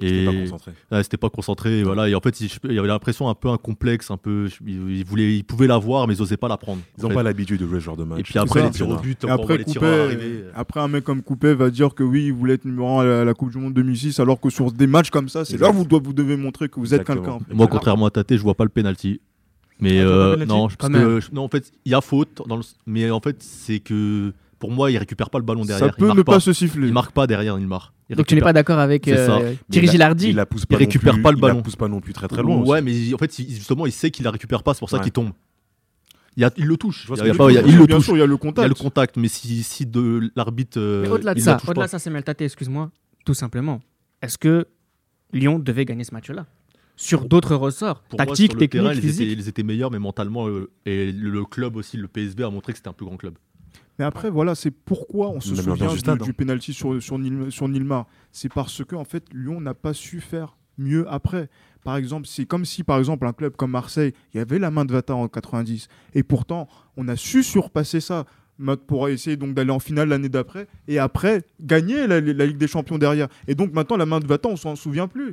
[SPEAKER 1] oui. T'es
[SPEAKER 4] Et
[SPEAKER 1] pas concentré.
[SPEAKER 4] Ouais, c'était pas concentré. Et, voilà. et en fait, il, je- il avait l'impression un peu un complexe, un peu. je- Il, il voulait, il pouvait l'avoir, mais ils osaient pas la prendre.
[SPEAKER 1] Ils
[SPEAKER 4] en
[SPEAKER 1] n'ont
[SPEAKER 4] fait.
[SPEAKER 1] pas l'habitude de jouer ce genre de match.
[SPEAKER 4] et puis après,
[SPEAKER 3] ça.
[SPEAKER 4] les tirs au but,
[SPEAKER 3] Et
[SPEAKER 4] encore
[SPEAKER 3] après,
[SPEAKER 4] les tirs euh, à
[SPEAKER 3] Coupé,
[SPEAKER 4] l'arrivée.
[SPEAKER 3] après, un mec comme Coupé va dire que oui, il voulait être numéro 1 à la- à la Coupe du Monde 2006, alors que sur des matchs comme ça, c'est
[SPEAKER 1] Exact.
[SPEAKER 3] là où vous, doit- vous devez montrer que vous êtes
[SPEAKER 1] Exactement.
[SPEAKER 3] quelqu'un.
[SPEAKER 4] Moi,
[SPEAKER 1] Ah,
[SPEAKER 4] contrairement à Tate, je vois pas le penalty. Mais
[SPEAKER 1] Ah, tu vois pas le
[SPEAKER 4] euh,
[SPEAKER 1] penalty
[SPEAKER 4] non, je- parce
[SPEAKER 2] Quand
[SPEAKER 4] que- je- non, en fait, il y a faute. dans le- mais en fait, c'est que pour moi, il récupère pas le ballon derrière.
[SPEAKER 3] Ça
[SPEAKER 4] il
[SPEAKER 3] peut
[SPEAKER 4] marque
[SPEAKER 3] ne pas,
[SPEAKER 4] pas.
[SPEAKER 3] se siffler.
[SPEAKER 4] Il marque pas derrière Nilmar. Il
[SPEAKER 2] Donc tu n'es
[SPEAKER 4] récupère-
[SPEAKER 2] pas d'accord avec
[SPEAKER 4] C'est ça.
[SPEAKER 2] euh,
[SPEAKER 1] Mais
[SPEAKER 2] Thierry
[SPEAKER 1] il la-
[SPEAKER 2] Gilardi
[SPEAKER 1] Il la pousse
[SPEAKER 4] Il
[SPEAKER 1] pas non
[SPEAKER 4] récupère
[SPEAKER 1] plus-
[SPEAKER 4] pas le
[SPEAKER 1] Il
[SPEAKER 4] ballon.
[SPEAKER 1] la pousse pas non plus très très loin. aussi.
[SPEAKER 4] Ouais, mais il- en fait, il- justement, il sait qu'il la récupère pas. C'est pour ça
[SPEAKER 1] Ouais.
[SPEAKER 4] qu'il tombe. Il, y a- il le touche.
[SPEAKER 1] Je vois
[SPEAKER 4] Il
[SPEAKER 1] ce
[SPEAKER 4] y a
[SPEAKER 1] que
[SPEAKER 4] pas-
[SPEAKER 1] tu
[SPEAKER 4] il
[SPEAKER 1] veux
[SPEAKER 4] y a-
[SPEAKER 1] dire.
[SPEAKER 4] il le
[SPEAKER 3] Bien
[SPEAKER 4] touche.
[SPEAKER 3] sûr, il y a le
[SPEAKER 4] Il y a
[SPEAKER 3] contact.
[SPEAKER 4] le contact, mais si, si de l'arbitre. euh,
[SPEAKER 2] Mais au-delà de
[SPEAKER 4] il la
[SPEAKER 2] ça,
[SPEAKER 4] touche
[SPEAKER 2] au-delà
[SPEAKER 4] pas.
[SPEAKER 2] de ça, Samuel Tate, excuse-moi, tout simplement, est-ce que Lyon devait gagner ce match-là sur d'autres ressorts,
[SPEAKER 4] Pour moi,
[SPEAKER 2] tactique,
[SPEAKER 4] sur le
[SPEAKER 2] technique,
[SPEAKER 4] terrain, ils étaient,
[SPEAKER 2] physique
[SPEAKER 4] ils étaient meilleurs, mais mentalement, euh, et le, le club aussi, le PSB a montré que c'était un plus grand club.
[SPEAKER 3] Mais après, voilà, c'est pourquoi on se
[SPEAKER 1] Même
[SPEAKER 3] souvient
[SPEAKER 1] l'ambiance du
[SPEAKER 3] du,
[SPEAKER 1] stade,
[SPEAKER 3] du
[SPEAKER 1] hein.
[SPEAKER 3] penalty sur, sur, Nil- sur Nilmar. C'est parce que, en fait, Lyon n'a pas su faire mieux après. Par exemple, c'est comme si, par exemple, un club comme Marseille, il y avait la main de Vata en 90. Et pourtant, on a su surpasser ça Ma- pour essayer donc d'aller en finale l'année d'après et après gagner la, la Ligue des Champions derrière. Et donc maintenant, la main de Vatan, on s'en souvient plus.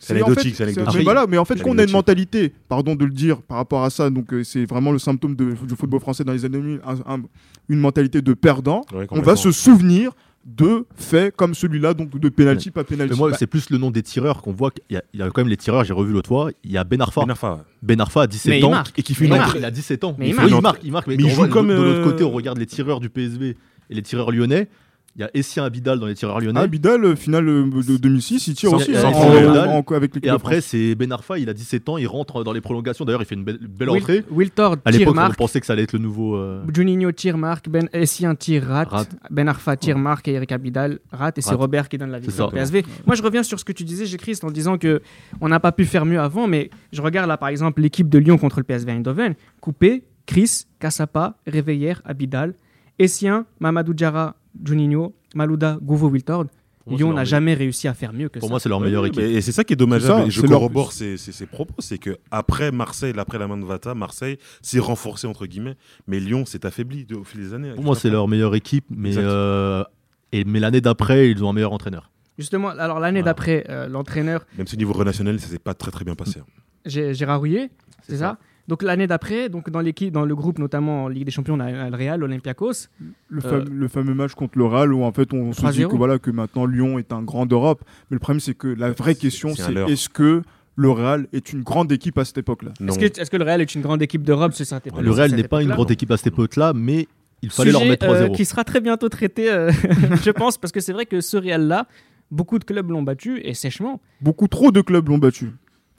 [SPEAKER 1] C'est
[SPEAKER 3] en
[SPEAKER 1] anecdotique,
[SPEAKER 3] fait-
[SPEAKER 1] c'est anecdotique.
[SPEAKER 3] Mais voilà, mais en fait,
[SPEAKER 1] C'est
[SPEAKER 3] qu'on a une
[SPEAKER 1] anecdotique.
[SPEAKER 3] mentalité, pardon de le dire, par rapport à ça, donc euh, c'est vraiment le symptôme de- du football français dans les années 2000, un- un- une mentalité de perdant. On
[SPEAKER 1] Ouais,
[SPEAKER 3] va
[SPEAKER 1] complètement.
[SPEAKER 3] se souvenir de faits comme celui-là, donc de penalty, pas penalty.
[SPEAKER 4] Mais moi,
[SPEAKER 3] Bah,
[SPEAKER 4] c'est plus le nom des tireurs qu'on voit. qu'il y a- Il y, a quand même les tireurs, j'ai revu l'autre fois. Il y a Ben Arfa.
[SPEAKER 1] Ben Arfa, ouais.
[SPEAKER 4] Ben Arfa a 17
[SPEAKER 2] Mais il
[SPEAKER 4] ans.
[SPEAKER 2] marque.
[SPEAKER 4] Et qui fait
[SPEAKER 2] Mais
[SPEAKER 4] une
[SPEAKER 2] il
[SPEAKER 4] entrée.
[SPEAKER 2] marque.
[SPEAKER 4] Il a 17 ans.
[SPEAKER 2] Mais il
[SPEAKER 4] Oui,
[SPEAKER 2] marque.
[SPEAKER 4] il marque. il marque, Mais,
[SPEAKER 1] Mais il
[SPEAKER 4] on
[SPEAKER 1] joue
[SPEAKER 4] voit-
[SPEAKER 1] comme,
[SPEAKER 4] De l'autre
[SPEAKER 1] euh,
[SPEAKER 4] côté, on regarde les tireurs du PSV et les tireurs lyonnais. Il y a Essien Abidal dans les tireurs lyonnais.
[SPEAKER 3] ah, Bidal, euh, finale euh, de 2006, il tire
[SPEAKER 4] Sans-
[SPEAKER 3] aussi
[SPEAKER 4] sans
[SPEAKER 3] hein,
[SPEAKER 4] problème.
[SPEAKER 3] en-
[SPEAKER 4] Bidal.
[SPEAKER 3] en- en- avec l'équipe
[SPEAKER 4] et
[SPEAKER 3] de
[SPEAKER 4] après,
[SPEAKER 3] France.
[SPEAKER 4] c'est Ben Arfa. Il a 17 ans. Il rentre dans les prolongations. D'ailleurs, il fait une belle, belle
[SPEAKER 2] Wil-
[SPEAKER 4] entrée.
[SPEAKER 2] Wiltord,
[SPEAKER 4] À
[SPEAKER 2] tir
[SPEAKER 4] l'époque, on
[SPEAKER 2] marque,
[SPEAKER 4] pensait que ça allait être le nouveau. euh,
[SPEAKER 2] Juninho, tir marque, Ben Essien, tir rate,
[SPEAKER 4] Rate.
[SPEAKER 2] Ben Arfa, tir marque et Eric Abidal, rate. Et c'est
[SPEAKER 4] Rate.
[SPEAKER 2] Robert qui donne la victoire au
[SPEAKER 4] ça.
[SPEAKER 2] PSV. Moi, je reviens sur ce que tu disais, Christ, en disant que on n'a pas pu faire mieux avant, mais je regarde là, par exemple, l'équipe de Lyon contre le PSV Eindhoven. Coupé, Chris, Cassapa, Réveillère, Abidal, Essien, Mamadou Diarra, Juninho, Malouda, Gouvo, Wiltord.
[SPEAKER 4] pour moi, c'est
[SPEAKER 2] Lyon
[SPEAKER 4] leur
[SPEAKER 2] n'a
[SPEAKER 4] meilleur-
[SPEAKER 2] jamais réussi à faire mieux que
[SPEAKER 4] Pour
[SPEAKER 2] ça.
[SPEAKER 4] moi, c'est leur meilleure
[SPEAKER 1] Oui,
[SPEAKER 4] équipe.
[SPEAKER 1] mais- Et c'est ça qui est
[SPEAKER 3] C'est
[SPEAKER 1] dommageable.
[SPEAKER 3] ça,
[SPEAKER 1] et je
[SPEAKER 3] c'est leur-
[SPEAKER 1] corrobore ses, ses- ses propos, c'est que après Marseille, après la main de Vata, Marseille s'est renforcé entre guillemets, mais Lyon s'est affaibli de- au fil des années.
[SPEAKER 4] Pour moi, c'est leur meilleure équipe, mais,
[SPEAKER 1] Exact.
[SPEAKER 4] euh, et, mais l'année d'après, ils ont un meilleur entraîneur.
[SPEAKER 2] Justement, alors l'année
[SPEAKER 4] Voilà.
[SPEAKER 2] d'après, euh, l'entraîneur
[SPEAKER 1] Même si au niveau relationnel, ça s'est pas très très bien passé. hein.
[SPEAKER 2] Gé- Gérard Rouillet, c'est ça, Donc l'année d'après, donc dans l'équipe, dans le groupe notamment en Ligue des Champions, on a euh, le Real, l'Olympiakos.
[SPEAKER 3] Le,
[SPEAKER 2] euh,
[SPEAKER 3] fam- le fameux match contre le Real où en fait on se dit
[SPEAKER 2] 3-0.
[SPEAKER 3] que, voilà, que maintenant Lyon est un grand d'Europe. Mais le problème c'est que la vraie
[SPEAKER 1] C'est-
[SPEAKER 3] question
[SPEAKER 1] c'est un
[SPEAKER 3] c'est
[SPEAKER 1] leurre.
[SPEAKER 3] est-ce que le Real est une grande équipe à cette époque-là
[SPEAKER 1] Non.
[SPEAKER 2] Est-ce que, est-ce que le Real est une grande équipe d'Europe ce saint
[SPEAKER 1] Ouais,
[SPEAKER 4] Le Real n'est pas une
[SPEAKER 1] époque-là.
[SPEAKER 4] grande équipe à cette époque-là, mais il fallait leur mettre 3-0.
[SPEAKER 2] euh, qui sera très bientôt traité, euh, je pense, parce que c'est vrai que ce Real-là, beaucoup de clubs l'ont battu et sèchement.
[SPEAKER 3] Beaucoup trop de clubs l'ont battu.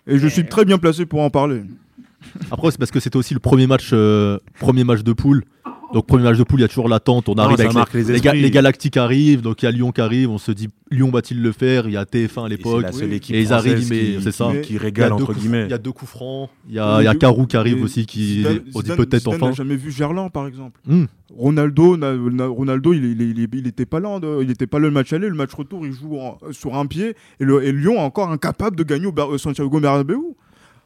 [SPEAKER 3] Et je suis très bien placé pour en parler.
[SPEAKER 4] Après, c'est parce que c'était aussi le premier match, euh, premier match de poule. Donc, premier match de poule, il y a toujours l'attente. On
[SPEAKER 1] Non,
[SPEAKER 4] arrive
[SPEAKER 1] Ah, ça
[SPEAKER 4] avec
[SPEAKER 1] marque
[SPEAKER 4] les,
[SPEAKER 1] les
[SPEAKER 4] les ga-
[SPEAKER 1] esprits.
[SPEAKER 4] les Galactiques arrivent, donc il y a Lyon qui arrive. On se dit, Lyon va-t-il le faire Il y a TF1 à
[SPEAKER 1] Et c'est
[SPEAKER 4] l'époque.
[SPEAKER 1] la
[SPEAKER 3] oui.
[SPEAKER 1] seule équipe
[SPEAKER 4] Et ils arrivent,
[SPEAKER 1] française
[SPEAKER 4] mais
[SPEAKER 1] qui-
[SPEAKER 4] c'est ça.
[SPEAKER 1] qui- qui
[SPEAKER 4] Il y a
[SPEAKER 1] régale
[SPEAKER 4] deux
[SPEAKER 1] entre
[SPEAKER 4] coups-
[SPEAKER 1] guillemets.
[SPEAKER 4] il y a deux coups francs. Il y
[SPEAKER 3] Et
[SPEAKER 4] a, il y a
[SPEAKER 3] deux-
[SPEAKER 4] Carou qui arrive
[SPEAKER 3] et
[SPEAKER 4] aussi, qui
[SPEAKER 3] Zidane-
[SPEAKER 4] on dit
[SPEAKER 3] Zidane-
[SPEAKER 4] peut-être
[SPEAKER 3] Zidane
[SPEAKER 4] enfin.
[SPEAKER 3] n'a jamais vu Gerland par exemple.
[SPEAKER 4] Hmm.
[SPEAKER 3] Ronaldo, n'a- n'a- Ronaldo, il, il, il- il était pas là, hein, il était pas là le match aller, le match retour, il joue en- sur un pied et, le, et Lyon est encore incapable de gagner au Ber- euh, Santiago Bernabéu.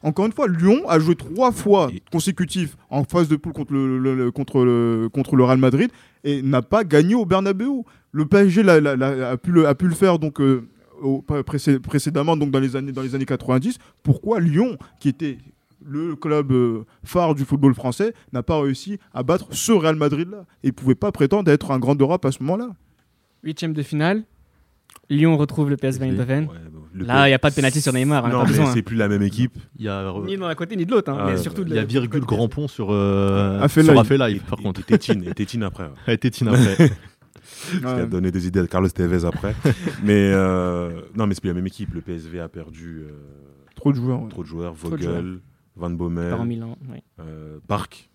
[SPEAKER 3] Encore une fois, Lyon a joué trois fois
[SPEAKER 1] Et-
[SPEAKER 3] consécutifs en phase de poule contre le, le- le- contre le, contre le Real Madrid et n'a pas gagné au Bernabéu. Le PSG l'a- l'a- l'a- a, pu le, a pu le faire donc euh, au- pas- précé- précédemment donc dans les années dans les années 90. Pourquoi Lyon, qui était le club euh, phare du football français, n'a pas réussi à battre ce Real Madrid là et pouvait pas prétendre être un grand d'Europe à ce moment-là.
[SPEAKER 2] Huitième de finale, Lyon retrouve le PSV
[SPEAKER 4] Ok.
[SPEAKER 2] Eindhoven.
[SPEAKER 1] Ouais, bah, le
[SPEAKER 2] Là, il
[SPEAKER 1] P-
[SPEAKER 2] n'y a pas de pénalty sur Neymar, hein,
[SPEAKER 1] Non,
[SPEAKER 2] pas
[SPEAKER 1] mais
[SPEAKER 2] besoin.
[SPEAKER 1] c'est plus la même équipe.
[SPEAKER 4] Il y a, euh,
[SPEAKER 2] Ni dans la côté, ni de l'autre, hein,
[SPEAKER 1] Ah,
[SPEAKER 2] mais
[SPEAKER 1] ouais,
[SPEAKER 2] surtout de
[SPEAKER 4] il y a
[SPEAKER 2] la-
[SPEAKER 4] virgule grand pont sur, euh,
[SPEAKER 3] A fait
[SPEAKER 4] sur
[SPEAKER 3] live.
[SPEAKER 4] A fait
[SPEAKER 1] Et-
[SPEAKER 4] live, par
[SPEAKER 1] et-
[SPEAKER 4] contre.
[SPEAKER 1] Et Tétine, et Tétine après. ouais.
[SPEAKER 4] Elle était tine après.
[SPEAKER 1] Qui a
[SPEAKER 3] Ouais.
[SPEAKER 1] donné des idées à Carlos Tevez après. mais euh, non, mais c'est plus la même équipe. Le PSV a perdu euh,
[SPEAKER 3] Trop de joueurs. ouais.
[SPEAKER 1] trop de joueurs.
[SPEAKER 2] de joueurs.
[SPEAKER 1] Vogel, Van
[SPEAKER 2] par
[SPEAKER 1] Bommel,
[SPEAKER 2] Milan. ouais.
[SPEAKER 1] euh, Park.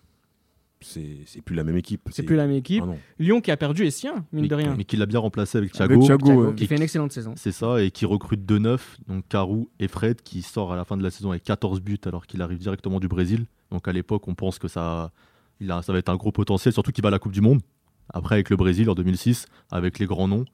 [SPEAKER 1] C'est c'est plus la même équipe.
[SPEAKER 2] C'est plus la même équipe.
[SPEAKER 1] Ah non.
[SPEAKER 2] Lyon qui a perdu est sien, mine
[SPEAKER 4] mais,
[SPEAKER 2] de rien.
[SPEAKER 4] mais qui l'a bien remplacé avec Thiago.
[SPEAKER 3] Avec Thiago,
[SPEAKER 2] Thiago,
[SPEAKER 3] ouais.
[SPEAKER 4] euh,
[SPEAKER 2] qui fait une excellente saison.
[SPEAKER 4] C'est ça, et qui recrute deux neufs, donc Carou et Fred, qui sort à la fin de la saison avec 14 buts alors qu'il arrive directement du Brésil. Donc à l'époque, on pense que ça, il a, ça va être un gros potentiel, surtout qu'il va à la Coupe du Monde. Après, avec le Brésil en 2006, avec les grands noms.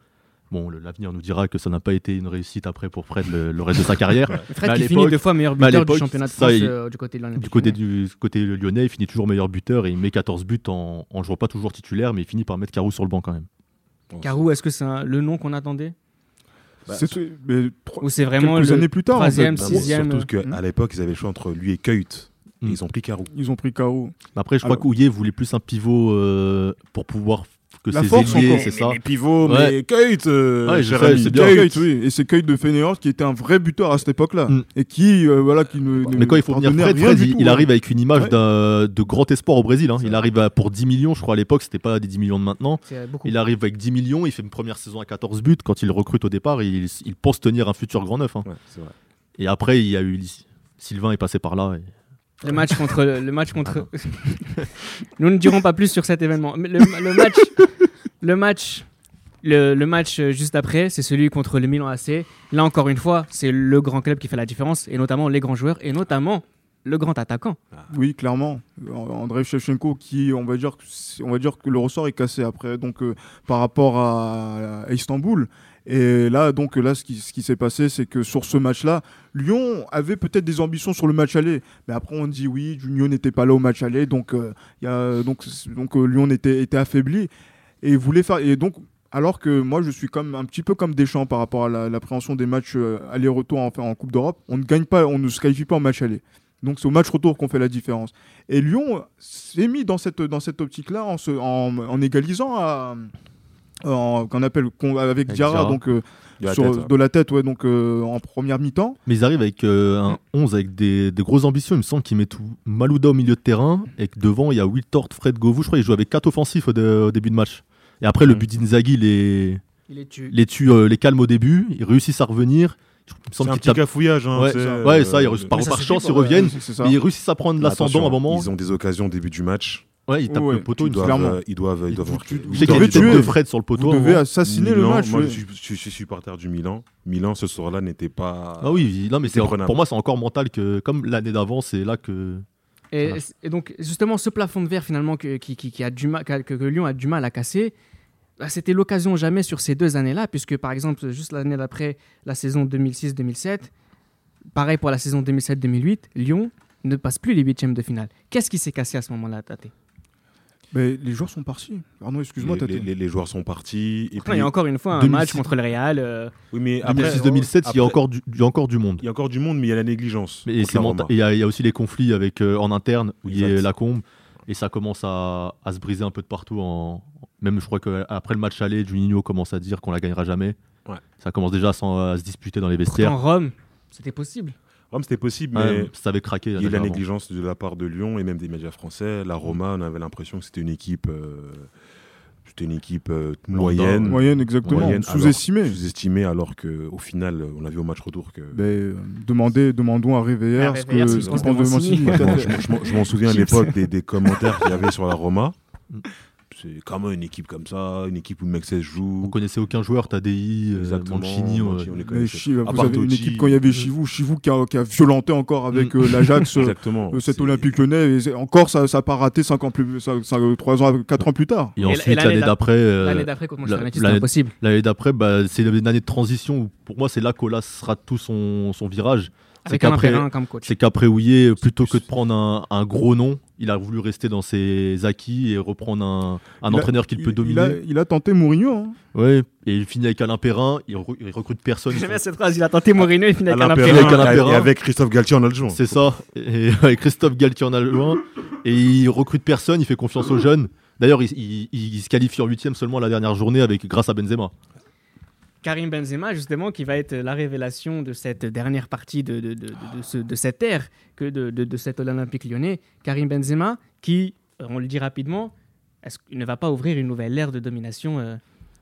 [SPEAKER 4] Bon, le- l'avenir nous dira que ça n'a pas été une réussite après pour Fred le, le reste de sa carrière.
[SPEAKER 2] Fred
[SPEAKER 4] à
[SPEAKER 2] qui finit
[SPEAKER 4] l'époque-
[SPEAKER 2] deux fois meilleur
[SPEAKER 4] mais à
[SPEAKER 2] buteur du
[SPEAKER 4] l'époque,
[SPEAKER 2] championnat de
[SPEAKER 4] ça,
[SPEAKER 2] France
[SPEAKER 4] il-
[SPEAKER 2] euh, du côté de l'Olympique.
[SPEAKER 4] du, côté
[SPEAKER 2] Ouais.
[SPEAKER 4] du, du côté lyonnais, il finit toujours meilleur buteur et il met 14 buts en, en jouant pas toujours titulaire, mais il finit par mettre Carou sur le banc quand même.
[SPEAKER 1] Bon,
[SPEAKER 2] Carou, est-ce que c'est un- le nom qu'on attendait
[SPEAKER 1] Bah,
[SPEAKER 3] C'est tout- mais trois-
[SPEAKER 2] Ou c'est vraiment
[SPEAKER 3] quelques
[SPEAKER 2] le
[SPEAKER 3] années plus tard. en fait.
[SPEAKER 2] troisième,
[SPEAKER 1] Non, mais
[SPEAKER 2] sixième, hmm.
[SPEAKER 1] Surtout
[SPEAKER 3] euh,
[SPEAKER 1] qu'à l'époque, ils avaient le choix entre lui et Keut. Et
[SPEAKER 4] Mm.
[SPEAKER 1] Ils ont pris Carou.
[SPEAKER 3] Ils ont pris KO.
[SPEAKER 4] Mais Après, je crois
[SPEAKER 3] Alors-
[SPEAKER 4] qu'Ouillet voulait plus un pivot euh, pour pouvoir f- que
[SPEAKER 3] La
[SPEAKER 4] ses
[SPEAKER 3] force
[SPEAKER 4] ailiers,
[SPEAKER 3] encore.
[SPEAKER 4] c'est ça.
[SPEAKER 1] Les pivots,
[SPEAKER 4] Ouais.
[SPEAKER 1] mais Keut euh,
[SPEAKER 4] Ouais, je
[SPEAKER 1] cher
[SPEAKER 4] sais,
[SPEAKER 1] ami.
[SPEAKER 4] c'est bien.
[SPEAKER 3] Keut, oui. Et c'est Keut de Feyenoord qui était un vrai buteur à cette époque-là.
[SPEAKER 4] Mm.
[SPEAKER 3] Et qui, euh, voilà, qui ne. ne
[SPEAKER 4] Mais quand il faut venir
[SPEAKER 3] pardonnait
[SPEAKER 4] Fred,
[SPEAKER 3] rien
[SPEAKER 4] Fred,
[SPEAKER 3] du
[SPEAKER 4] il,
[SPEAKER 3] tout,
[SPEAKER 4] il
[SPEAKER 3] hein.
[SPEAKER 4] arrive avec une image
[SPEAKER 3] Ouais.
[SPEAKER 4] d'un- de grand espoir au Brésil. hein.
[SPEAKER 1] C'est
[SPEAKER 4] Il
[SPEAKER 1] vrai.
[SPEAKER 4] arrive à- pour 10 millions, je crois, à l'époque, c'était pas des 10 millions de maintenant.
[SPEAKER 2] euh, c'est beaucoup.
[SPEAKER 4] Il arrive avec 10 millions, il fait une première saison à 14 buts. Quand il recrute au départ, il, il pense tenir un futur grand neuf. hein.
[SPEAKER 1] Ouais, c'est vrai.
[SPEAKER 4] Et après, il y a eu Sylvain est passé par là. et-
[SPEAKER 2] Le match contre. Le match contre...
[SPEAKER 3] Ah
[SPEAKER 2] Nous ne dirons pas plus sur cet événement. Mais Le, le match. Le match. Le, le match euh, juste après, c'est celui contre le Milan AC. Là encore une fois, c'est le grand club qui fait la différence, et notamment les grands joueurs, et notamment le grand attaquant.
[SPEAKER 3] Oui, clairement. Euh, Andrei Shevchenko, qui, on va dire, que c'est- on va dire que le ressort est cassé après, donc euh, par rapport à, à Istanbul. Et là, donc là, ce qui, ce qui s'est passé, c'est que sur ce match-là, Lyon avait peut-être des ambitions sur le match aller, mais après on dit oui, Lyon n'était pas là au match aller, donc euh, il y a- donc c'est- donc euh, Lyon était, était affaibli et voulait faire et donc alors que moi je suis comme un petit peu comme Deschamps par rapport à la- l'appréhension des matchs euh, aller-retour en, en Coupe d'Europe, on ne gagne pas, on ne se qualifie pas en match aller. Donc c'est au match retour qu'on fait la différence. Et Lyon s'est mis dans cette, dans cette optique-là en, se- en, en égalisant à, en- qu'on appelle, qu'on- avec
[SPEAKER 4] Avec
[SPEAKER 3] Diarra,
[SPEAKER 4] Diarra.
[SPEAKER 3] donc euh,
[SPEAKER 1] De la
[SPEAKER 3] sur-
[SPEAKER 1] tête, hein. ouais.
[SPEAKER 3] de la tête, ouais, donc euh, en première mi-temps.
[SPEAKER 4] Mais ils arrivent avec euh, un 11 avec des, des grosses ambitions. Il me semble qu'ils mettent Malouda au milieu de terrain et que devant, il y a Wiltord, Fred Govou. Je crois qu'ils jouent avec 4 offensifs au, dé- au début de match. Et après, le
[SPEAKER 1] Mhm.
[SPEAKER 4] but d'Inzaghi les,
[SPEAKER 2] Il est tu.
[SPEAKER 4] les tue, euh, les calme au début, ils réussissent à revenir. Je- il me
[SPEAKER 1] C'est
[SPEAKER 4] semble
[SPEAKER 1] un
[SPEAKER 4] qu'ils
[SPEAKER 1] petit
[SPEAKER 4] tapent-
[SPEAKER 1] cafouillage. hein,
[SPEAKER 4] Ouais,
[SPEAKER 1] c'est,
[SPEAKER 3] ça-
[SPEAKER 4] ouais, ça, ils
[SPEAKER 1] euh,
[SPEAKER 4] réussissent par,
[SPEAKER 2] Mais ça
[SPEAKER 4] par
[SPEAKER 2] suffit
[SPEAKER 4] chance,
[SPEAKER 2] pas,
[SPEAKER 4] ils
[SPEAKER 2] ouais.
[SPEAKER 4] reviennent,
[SPEAKER 3] C'est ça.
[SPEAKER 4] mais ils réussissent à prendre l'ascendant à un
[SPEAKER 1] Attention,
[SPEAKER 4] moment.
[SPEAKER 1] Ils ont des occasions au début du match.
[SPEAKER 4] Ouais, ils tapent
[SPEAKER 3] Ouais,
[SPEAKER 4] le poteau.
[SPEAKER 1] Ils
[SPEAKER 4] Ils
[SPEAKER 1] doivent,
[SPEAKER 3] clairement.
[SPEAKER 1] euh, ils doivent, ils doivent
[SPEAKER 4] Je
[SPEAKER 1] marquer.
[SPEAKER 4] sais
[SPEAKER 3] Vous
[SPEAKER 4] qu'il y a
[SPEAKER 3] devez
[SPEAKER 4] des têtes
[SPEAKER 3] tuer.
[SPEAKER 4] de Fred sur le
[SPEAKER 3] Vous
[SPEAKER 4] poteau. à un
[SPEAKER 3] devez
[SPEAKER 4] moment.
[SPEAKER 3] assassiner le
[SPEAKER 1] Milan,
[SPEAKER 3] match.
[SPEAKER 1] Moi,
[SPEAKER 3] ouais.
[SPEAKER 1] je, suis, je suis supporter du Milan. Milan, ce soir-là, n'était pas.
[SPEAKER 4] Ah oui, non, mais c'est
[SPEAKER 1] prenable.
[SPEAKER 4] pour moi, c'est encore mental que, comme l'année d'avant, c'est là que.
[SPEAKER 2] Et,
[SPEAKER 4] Voilà.
[SPEAKER 2] et donc, justement, ce plafond de verre, finalement, que, qui, qui- qui a du mal, qu'a- que, que Lyon a du mal à casser, bah, c'était l'occasion ou jamais sur ces deux années-là, puisque, par exemple, juste l'année d'après, la saison 2006-2007, pareil pour la saison 2007-2008, Lyon ne passe plus les huitièmes de finale. Qu'est-ce qui s'est cassé à ce moment-là, Tate
[SPEAKER 3] Mais les joueurs sont partis. Pardon, excuse-moi,
[SPEAKER 1] les,
[SPEAKER 3] Tate.
[SPEAKER 1] les- les- les joueurs sont partis. Et
[SPEAKER 2] Après, Il y
[SPEAKER 1] puis,
[SPEAKER 2] a encore une fois un
[SPEAKER 4] 2006.
[SPEAKER 2] match contre le Real. euh,
[SPEAKER 1] oui, mais après,
[SPEAKER 4] 2006-2007, il y
[SPEAKER 1] après-
[SPEAKER 4] a encore du- il y a encore du monde.
[SPEAKER 1] il y a encore du monde, mais il y a la négligence.
[SPEAKER 4] Mais- Et
[SPEAKER 1] contre
[SPEAKER 4] c'est
[SPEAKER 1] la
[SPEAKER 4] menta-
[SPEAKER 1] Roma.
[SPEAKER 4] et il y, a- il y a aussi les conflits avec, euh, en interne, où il y a
[SPEAKER 1] Exact.
[SPEAKER 4] la combe, et ça commence à, à se briser un peu de partout. En... Même, je crois qu'après le match aller, Juninho commence à dire qu'on la gagnera jamais.
[SPEAKER 1] Ouais.
[SPEAKER 4] Ça commence déjà à, s'en- à se disputer dans les vestiaires.
[SPEAKER 2] pourtant, Rome, c'était possible.
[SPEAKER 1] Rome, c'était possible,
[SPEAKER 4] Ah,
[SPEAKER 1] mais
[SPEAKER 4] ça avait craqué.
[SPEAKER 1] il y a eu la
[SPEAKER 4] dernièrement.
[SPEAKER 1] négligence de la part de Lyon et même des médias français. La Roma, on avait l'impression que c'était une équipe. euh, C'était une équipe euh, moyenne.
[SPEAKER 3] Moyenne, exactement.
[SPEAKER 1] Moyenne,
[SPEAKER 3] Sous-estimée.
[SPEAKER 1] sous-estimé alors qu'au final euh, on a vu au match retour que
[SPEAKER 3] Ben, euh, demandez- demandons à Réveillère
[SPEAKER 2] À
[SPEAKER 3] ce que
[SPEAKER 2] Réveillère,
[SPEAKER 3] ce
[SPEAKER 2] si
[SPEAKER 3] qu'on
[SPEAKER 2] on
[SPEAKER 3] pense de
[SPEAKER 2] se
[SPEAKER 3] Mancini.
[SPEAKER 2] demande
[SPEAKER 1] je,
[SPEAKER 3] Tout à
[SPEAKER 1] m'en-
[SPEAKER 3] fait.
[SPEAKER 1] je m'en- je m'en- je m'en souviens à
[SPEAKER 3] Chips.
[SPEAKER 1] l'époque des, des commentaires qu'il y avait sur la Roma
[SPEAKER 4] Mm.
[SPEAKER 1] c'est comment une équipe comme ça une équipe où le mec se
[SPEAKER 4] On
[SPEAKER 1] joue
[SPEAKER 4] connaissait aucun joueur, Tadei, euh,
[SPEAKER 1] Exactement,
[SPEAKER 4] Mancini. euh,
[SPEAKER 1] on les
[SPEAKER 3] Mais
[SPEAKER 1] connaissait.
[SPEAKER 3] Chi-
[SPEAKER 1] À
[SPEAKER 3] vous
[SPEAKER 1] part
[SPEAKER 3] avez une
[SPEAKER 1] Totti.
[SPEAKER 3] équipe quand il y avait Chivou, Chivou qui a, qui a violenté encore avec
[SPEAKER 4] Mm.
[SPEAKER 3] euh, l'Ajax, euh,
[SPEAKER 1] exactement
[SPEAKER 3] euh, cet
[SPEAKER 1] C'est-
[SPEAKER 3] Olympique Lyonnais. Et c'est- encore, ça n'a pas raté 5 ans plus, 3 ans, 4 ans plus tard.
[SPEAKER 4] Et,
[SPEAKER 2] Et
[SPEAKER 4] ensuite,
[SPEAKER 2] l'année
[SPEAKER 4] l'année
[SPEAKER 2] d'a-
[SPEAKER 4] d'après, euh,
[SPEAKER 2] L'année d'après contre Manchester
[SPEAKER 4] la-
[SPEAKER 2] United,
[SPEAKER 4] la-
[SPEAKER 2] c'était impossible.
[SPEAKER 4] l'année d'après, bah, c'est une année de transition où pour moi, c'est là qu'Olas sera tout son, son virage. C'est
[SPEAKER 2] Avec un
[SPEAKER 4] qu'après-
[SPEAKER 2] Perrin comme coach.
[SPEAKER 4] C'est qu'après Houillet, plutôt
[SPEAKER 1] plus-
[SPEAKER 4] que de prendre un, un gros nom, il a voulu rester dans ses acquis et reprendre un, un
[SPEAKER 3] Il a-
[SPEAKER 4] entraîneur qu'il
[SPEAKER 3] il,
[SPEAKER 4] peut
[SPEAKER 3] a,
[SPEAKER 4] dominer.
[SPEAKER 3] il a tenté Mourinho. hein.
[SPEAKER 4] Ouais, et il finit avec Alain Perrin, il, re- il recrute personne. ils
[SPEAKER 2] J'aime bien
[SPEAKER 4] font-
[SPEAKER 2] cette phrase, il a tenté Mourinho et finalement
[SPEAKER 1] Alain
[SPEAKER 2] avec un
[SPEAKER 1] Perrin,
[SPEAKER 2] Perrin.
[SPEAKER 4] Perrin. Alain
[SPEAKER 1] et avec Christophe Galtier en adjoint
[SPEAKER 4] C'est ça, et avec Christophe Galtier en adjoint, et il recrute personne, il fait confiance aux jeunes. D'ailleurs, il, il- il se qualifie en huitième seulement la dernière journée avec, grâce à Benzema.
[SPEAKER 2] Karim Benzema, justement, qui va être la révélation de cette dernière partie de, de, de, de- de ce- de cette ère que de, de, de cet Olympique lyonnais. Karim Benzema, qui, euh, on le dit rapidement, est-ce qu'il ne va pas ouvrir une nouvelle ère de domination euh,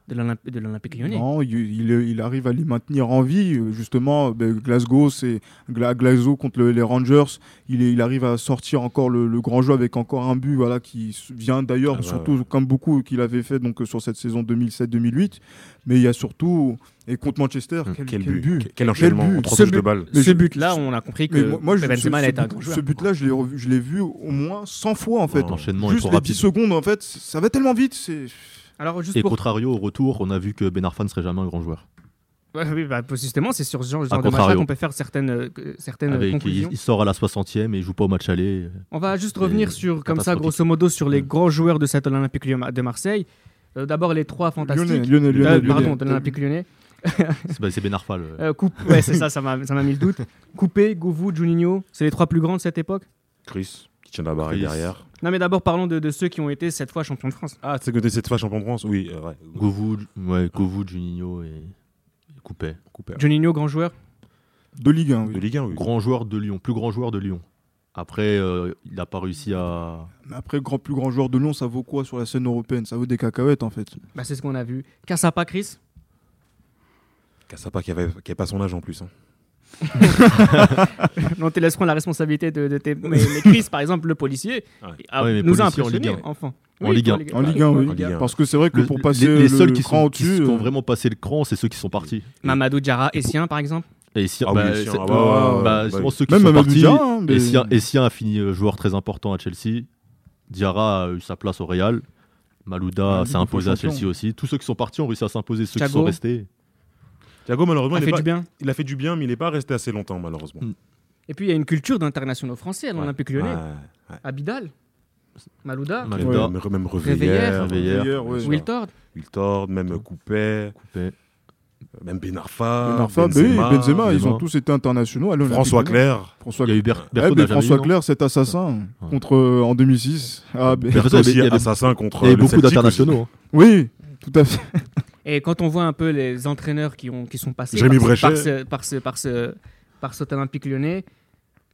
[SPEAKER 2] de l'Olymp- de l'Olympique lyonnais
[SPEAKER 3] Non, il, il- il arrive à les maintenir en vie. Euh, Justement, ben, Glasgow, c'est Gla- Glasgow contre le- les Rangers. Il, est- il arrive à sortir encore le, le grand jeu avec encore un but, voilà, qui s- vient d'ailleurs
[SPEAKER 1] Ah bah
[SPEAKER 3] surtout comme beaucoup qu'il avait fait donc euh, sur cette saison 2007-2008. Mais il y a surtout et contre Manchester,
[SPEAKER 4] Mm,
[SPEAKER 3] quel,
[SPEAKER 1] Hum, Quel
[SPEAKER 3] quel
[SPEAKER 1] but, quel- quel enchaînement
[SPEAKER 3] but,
[SPEAKER 1] en trois
[SPEAKER 3] ce
[SPEAKER 1] touches de
[SPEAKER 3] but.
[SPEAKER 1] balle.
[SPEAKER 3] mais
[SPEAKER 2] Ce
[SPEAKER 3] je-
[SPEAKER 2] but-là, on a compris que Ben
[SPEAKER 3] Mais moi, moi, je-
[SPEAKER 2] Benzema
[SPEAKER 3] ce,
[SPEAKER 2] allait être un
[SPEAKER 3] but-
[SPEAKER 2] grand
[SPEAKER 3] ce
[SPEAKER 2] joueur.
[SPEAKER 3] but-là, je l'ai revu- je l'ai vu au moins 100 fois en fait.
[SPEAKER 1] Non,
[SPEAKER 4] L'enchaînement est
[SPEAKER 3] Juste
[SPEAKER 4] trop
[SPEAKER 3] les 10
[SPEAKER 4] rapide.
[SPEAKER 3] secondes en fait, ça va tellement vite. C'est
[SPEAKER 2] Alors, juste
[SPEAKER 4] Et
[SPEAKER 2] pour.
[SPEAKER 4] contrario, au retour, on a vu que Ben Arfa ne serait jamais un grand joueur.
[SPEAKER 2] Ouais, oui, bah, justement, c'est sur ce genre, ce
[SPEAKER 4] À
[SPEAKER 2] genre de match
[SPEAKER 4] contrario.
[SPEAKER 2] qu'on peut faire certaines, euh, que- certaines
[SPEAKER 3] Ah,
[SPEAKER 2] euh,
[SPEAKER 4] Avec,
[SPEAKER 2] conclusions.
[SPEAKER 4] il, il sort à la 60e et il joue pas au match aller.
[SPEAKER 2] On va juste
[SPEAKER 4] Et
[SPEAKER 2] revenir sur, comme ça,
[SPEAKER 4] catastrophique.
[SPEAKER 2] grosso modo, sur les
[SPEAKER 4] Mm.
[SPEAKER 2] grands joueurs de cet Olympique Lyon- de Marseille. Euh, D'abord, les trois fantastiques.
[SPEAKER 3] Lyonnais, Lyonnais,
[SPEAKER 2] Euh,
[SPEAKER 3] Lyonnais,
[SPEAKER 2] pardon,
[SPEAKER 3] Lyonnais.
[SPEAKER 2] de l'Olympique lyonnais.
[SPEAKER 4] C'est bah, c'est Ben Arfa. le-
[SPEAKER 2] Euh, Coup- ouais, c'est ça, ça m'a ça m'a mis le doute. Coupé, Gouvou, Juninho, c'est les trois plus grands de cette époque.
[SPEAKER 1] Chris, qui tient la barre
[SPEAKER 4] Chris.
[SPEAKER 1] derrière.
[SPEAKER 2] Non, mais d'abord, parlons de, de ceux qui ont été cette fois champions de France.
[SPEAKER 1] Ah, c'est que cette fois champion de France Oui, euh, ouais.
[SPEAKER 4] Govou, ouais, Govou, Juninho et et Coupé.
[SPEAKER 1] Coupé.
[SPEAKER 2] Juninho, grand joueur.
[SPEAKER 3] de Ligue 1.
[SPEAKER 1] De
[SPEAKER 3] oui.
[SPEAKER 1] Ligue 1, oui.
[SPEAKER 4] Grand joueur de Lyon, plus grand joueur de Lyon. Après, euh, il n'a pas réussi à.
[SPEAKER 3] Mais après, grand plus grand joueur de Lyon, ça vaut quoi sur la scène européenne Ça vaut des cacahuètes en fait.
[SPEAKER 2] Bah, c'est ce qu'on a vu. Cassapa, Chris.
[SPEAKER 1] Kassapa qui avait, qui avait pas son âge en plus. hein.
[SPEAKER 2] Nous te laisserons la responsabilité de, de tes. Mais, mais Chris, par exemple, le policier,
[SPEAKER 1] Ouais.
[SPEAKER 2] a-
[SPEAKER 4] Ouais, mais
[SPEAKER 2] nous a
[SPEAKER 4] policier en Ligue
[SPEAKER 2] impressionné,
[SPEAKER 4] un.
[SPEAKER 2] enfant.
[SPEAKER 4] En Ligue un.
[SPEAKER 3] En Ligue 1, oui.
[SPEAKER 1] En Ligue 1.
[SPEAKER 3] Parce que c'est vrai que
[SPEAKER 4] Le-
[SPEAKER 3] pour
[SPEAKER 4] les-
[SPEAKER 3] passer
[SPEAKER 4] les,
[SPEAKER 3] le
[SPEAKER 4] seuls qui,
[SPEAKER 3] cran
[SPEAKER 4] sont, qui
[SPEAKER 3] au-dessus,
[SPEAKER 4] sont
[SPEAKER 3] euh,
[SPEAKER 4] vraiment passé le cran, c'est ceux qui sont partis.
[SPEAKER 2] Mamadou Diarra, Essien, par exemple.
[SPEAKER 4] Et si,
[SPEAKER 1] Ah
[SPEAKER 4] bah,
[SPEAKER 1] oui, si,
[SPEAKER 4] c'est-
[SPEAKER 1] ah bah,
[SPEAKER 3] bah,
[SPEAKER 1] ouais,
[SPEAKER 4] bah,
[SPEAKER 1] ouais,
[SPEAKER 4] sûrement
[SPEAKER 1] ouais.
[SPEAKER 4] ceux qui
[SPEAKER 3] même
[SPEAKER 4] sont
[SPEAKER 3] Mamadou
[SPEAKER 4] partis.
[SPEAKER 3] Dia, hein, mais-
[SPEAKER 4] Essien, Essien a fini euh, joueur très important à Chelsea. Diarra a eu sa place au Real. Malouda
[SPEAKER 3] Malouda,
[SPEAKER 4] s'est imposé à
[SPEAKER 3] Ah, champion.
[SPEAKER 4] Chelsea aussi. Tous ceux qui sont partis ont réussi à s'imposer. Ceux qui
[SPEAKER 2] Thiago.
[SPEAKER 4] sont restés.
[SPEAKER 1] Thiago, malheureusement,
[SPEAKER 2] Ça
[SPEAKER 1] il,
[SPEAKER 2] fait
[SPEAKER 1] est pas-
[SPEAKER 2] du bien.
[SPEAKER 1] il a fait du bien, mais il n'est pas resté assez longtemps, malheureusement.
[SPEAKER 2] Et puis, il y a une culture d'internationaux français à l'Olympique lyonnais.
[SPEAKER 1] Ouais.
[SPEAKER 2] Abidal, Malouda,
[SPEAKER 4] Malouda,
[SPEAKER 1] Ouais, même- même
[SPEAKER 2] Réveillère.
[SPEAKER 1] Réveillère,
[SPEAKER 4] Réveillère,
[SPEAKER 3] Réveillère, ouais.
[SPEAKER 2] Wiltord.
[SPEAKER 1] Wiltord, même Coupet,
[SPEAKER 4] Coupé.
[SPEAKER 1] même Ben Arfa,
[SPEAKER 3] Ben Arfa, ben oui,
[SPEAKER 1] Benzema,
[SPEAKER 3] Benzema, ils ont
[SPEAKER 4] Ah, Benzema.
[SPEAKER 3] tous été internationaux. à l'Olympique
[SPEAKER 1] François
[SPEAKER 3] Lyonnais.
[SPEAKER 1] Clair.
[SPEAKER 3] François
[SPEAKER 4] Il y a
[SPEAKER 3] Clair.
[SPEAKER 4] eu Ber-
[SPEAKER 3] Eh,
[SPEAKER 4] Berton
[SPEAKER 3] ben,
[SPEAKER 4] n'a jamais
[SPEAKER 3] François
[SPEAKER 4] eu, non
[SPEAKER 3] Clair, cet assassin
[SPEAKER 4] Ouais.
[SPEAKER 3] contre euh, en 2006. Ah, ben-
[SPEAKER 4] Mais
[SPEAKER 1] Berthaud
[SPEAKER 4] il y
[SPEAKER 1] aussi
[SPEAKER 4] avait-
[SPEAKER 1] assassin contre
[SPEAKER 4] Il y avait
[SPEAKER 1] le
[SPEAKER 4] beaucoup
[SPEAKER 1] Celtic aussi.
[SPEAKER 4] d'internationaux. hein.
[SPEAKER 3] oui, tout à fait.
[SPEAKER 2] Et quand on voit un peu les entraîneurs qui, ont, qui sont passés
[SPEAKER 1] Jérémy
[SPEAKER 2] par, ce-
[SPEAKER 1] Bréchet.
[SPEAKER 2] par, ce, par, ce, par, ce, par cet Olympique lyonnais,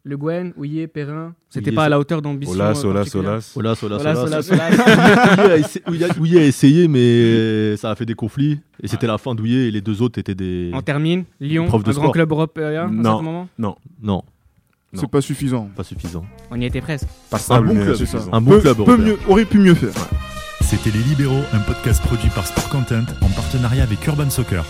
[SPEAKER 2] Le Guen, Ouillet, Perrin, c'était
[SPEAKER 4] Ouillet,
[SPEAKER 2] pas à
[SPEAKER 4] c'est-
[SPEAKER 2] la hauteur d'ambition.
[SPEAKER 1] Olas,
[SPEAKER 2] euh,
[SPEAKER 1] Olas,
[SPEAKER 2] particulière.
[SPEAKER 1] Olas.
[SPEAKER 4] Olas, Olas,
[SPEAKER 2] Olas,
[SPEAKER 4] Olas.
[SPEAKER 2] Olas, Olas.
[SPEAKER 4] Douillet a essa- Douillet a- Douillet a essayé, mais ça a fait des conflits. Et c'était la fin d'Ouillet et les deux autres étaient des.
[SPEAKER 2] On termine. Lyon, un
[SPEAKER 4] Prof de
[SPEAKER 2] grand
[SPEAKER 4] sport.
[SPEAKER 2] club européen à
[SPEAKER 1] Non.
[SPEAKER 2] ce moment.
[SPEAKER 4] Non,
[SPEAKER 1] Non.
[SPEAKER 3] C'est pas suffisant.
[SPEAKER 4] pas suffisant.
[SPEAKER 2] On y était presque.
[SPEAKER 1] Passable,
[SPEAKER 3] bon
[SPEAKER 1] mais
[SPEAKER 3] club,
[SPEAKER 1] suffisant.
[SPEAKER 3] c'est ça.
[SPEAKER 4] Un bon
[SPEAKER 3] Peu-
[SPEAKER 4] club
[SPEAKER 3] peu
[SPEAKER 4] européen.
[SPEAKER 3] mieux, aurait pu mieux faire.
[SPEAKER 5] C'était Les Libéraux, un podcast produit par Sport Content en partenariat avec Urban Soccer.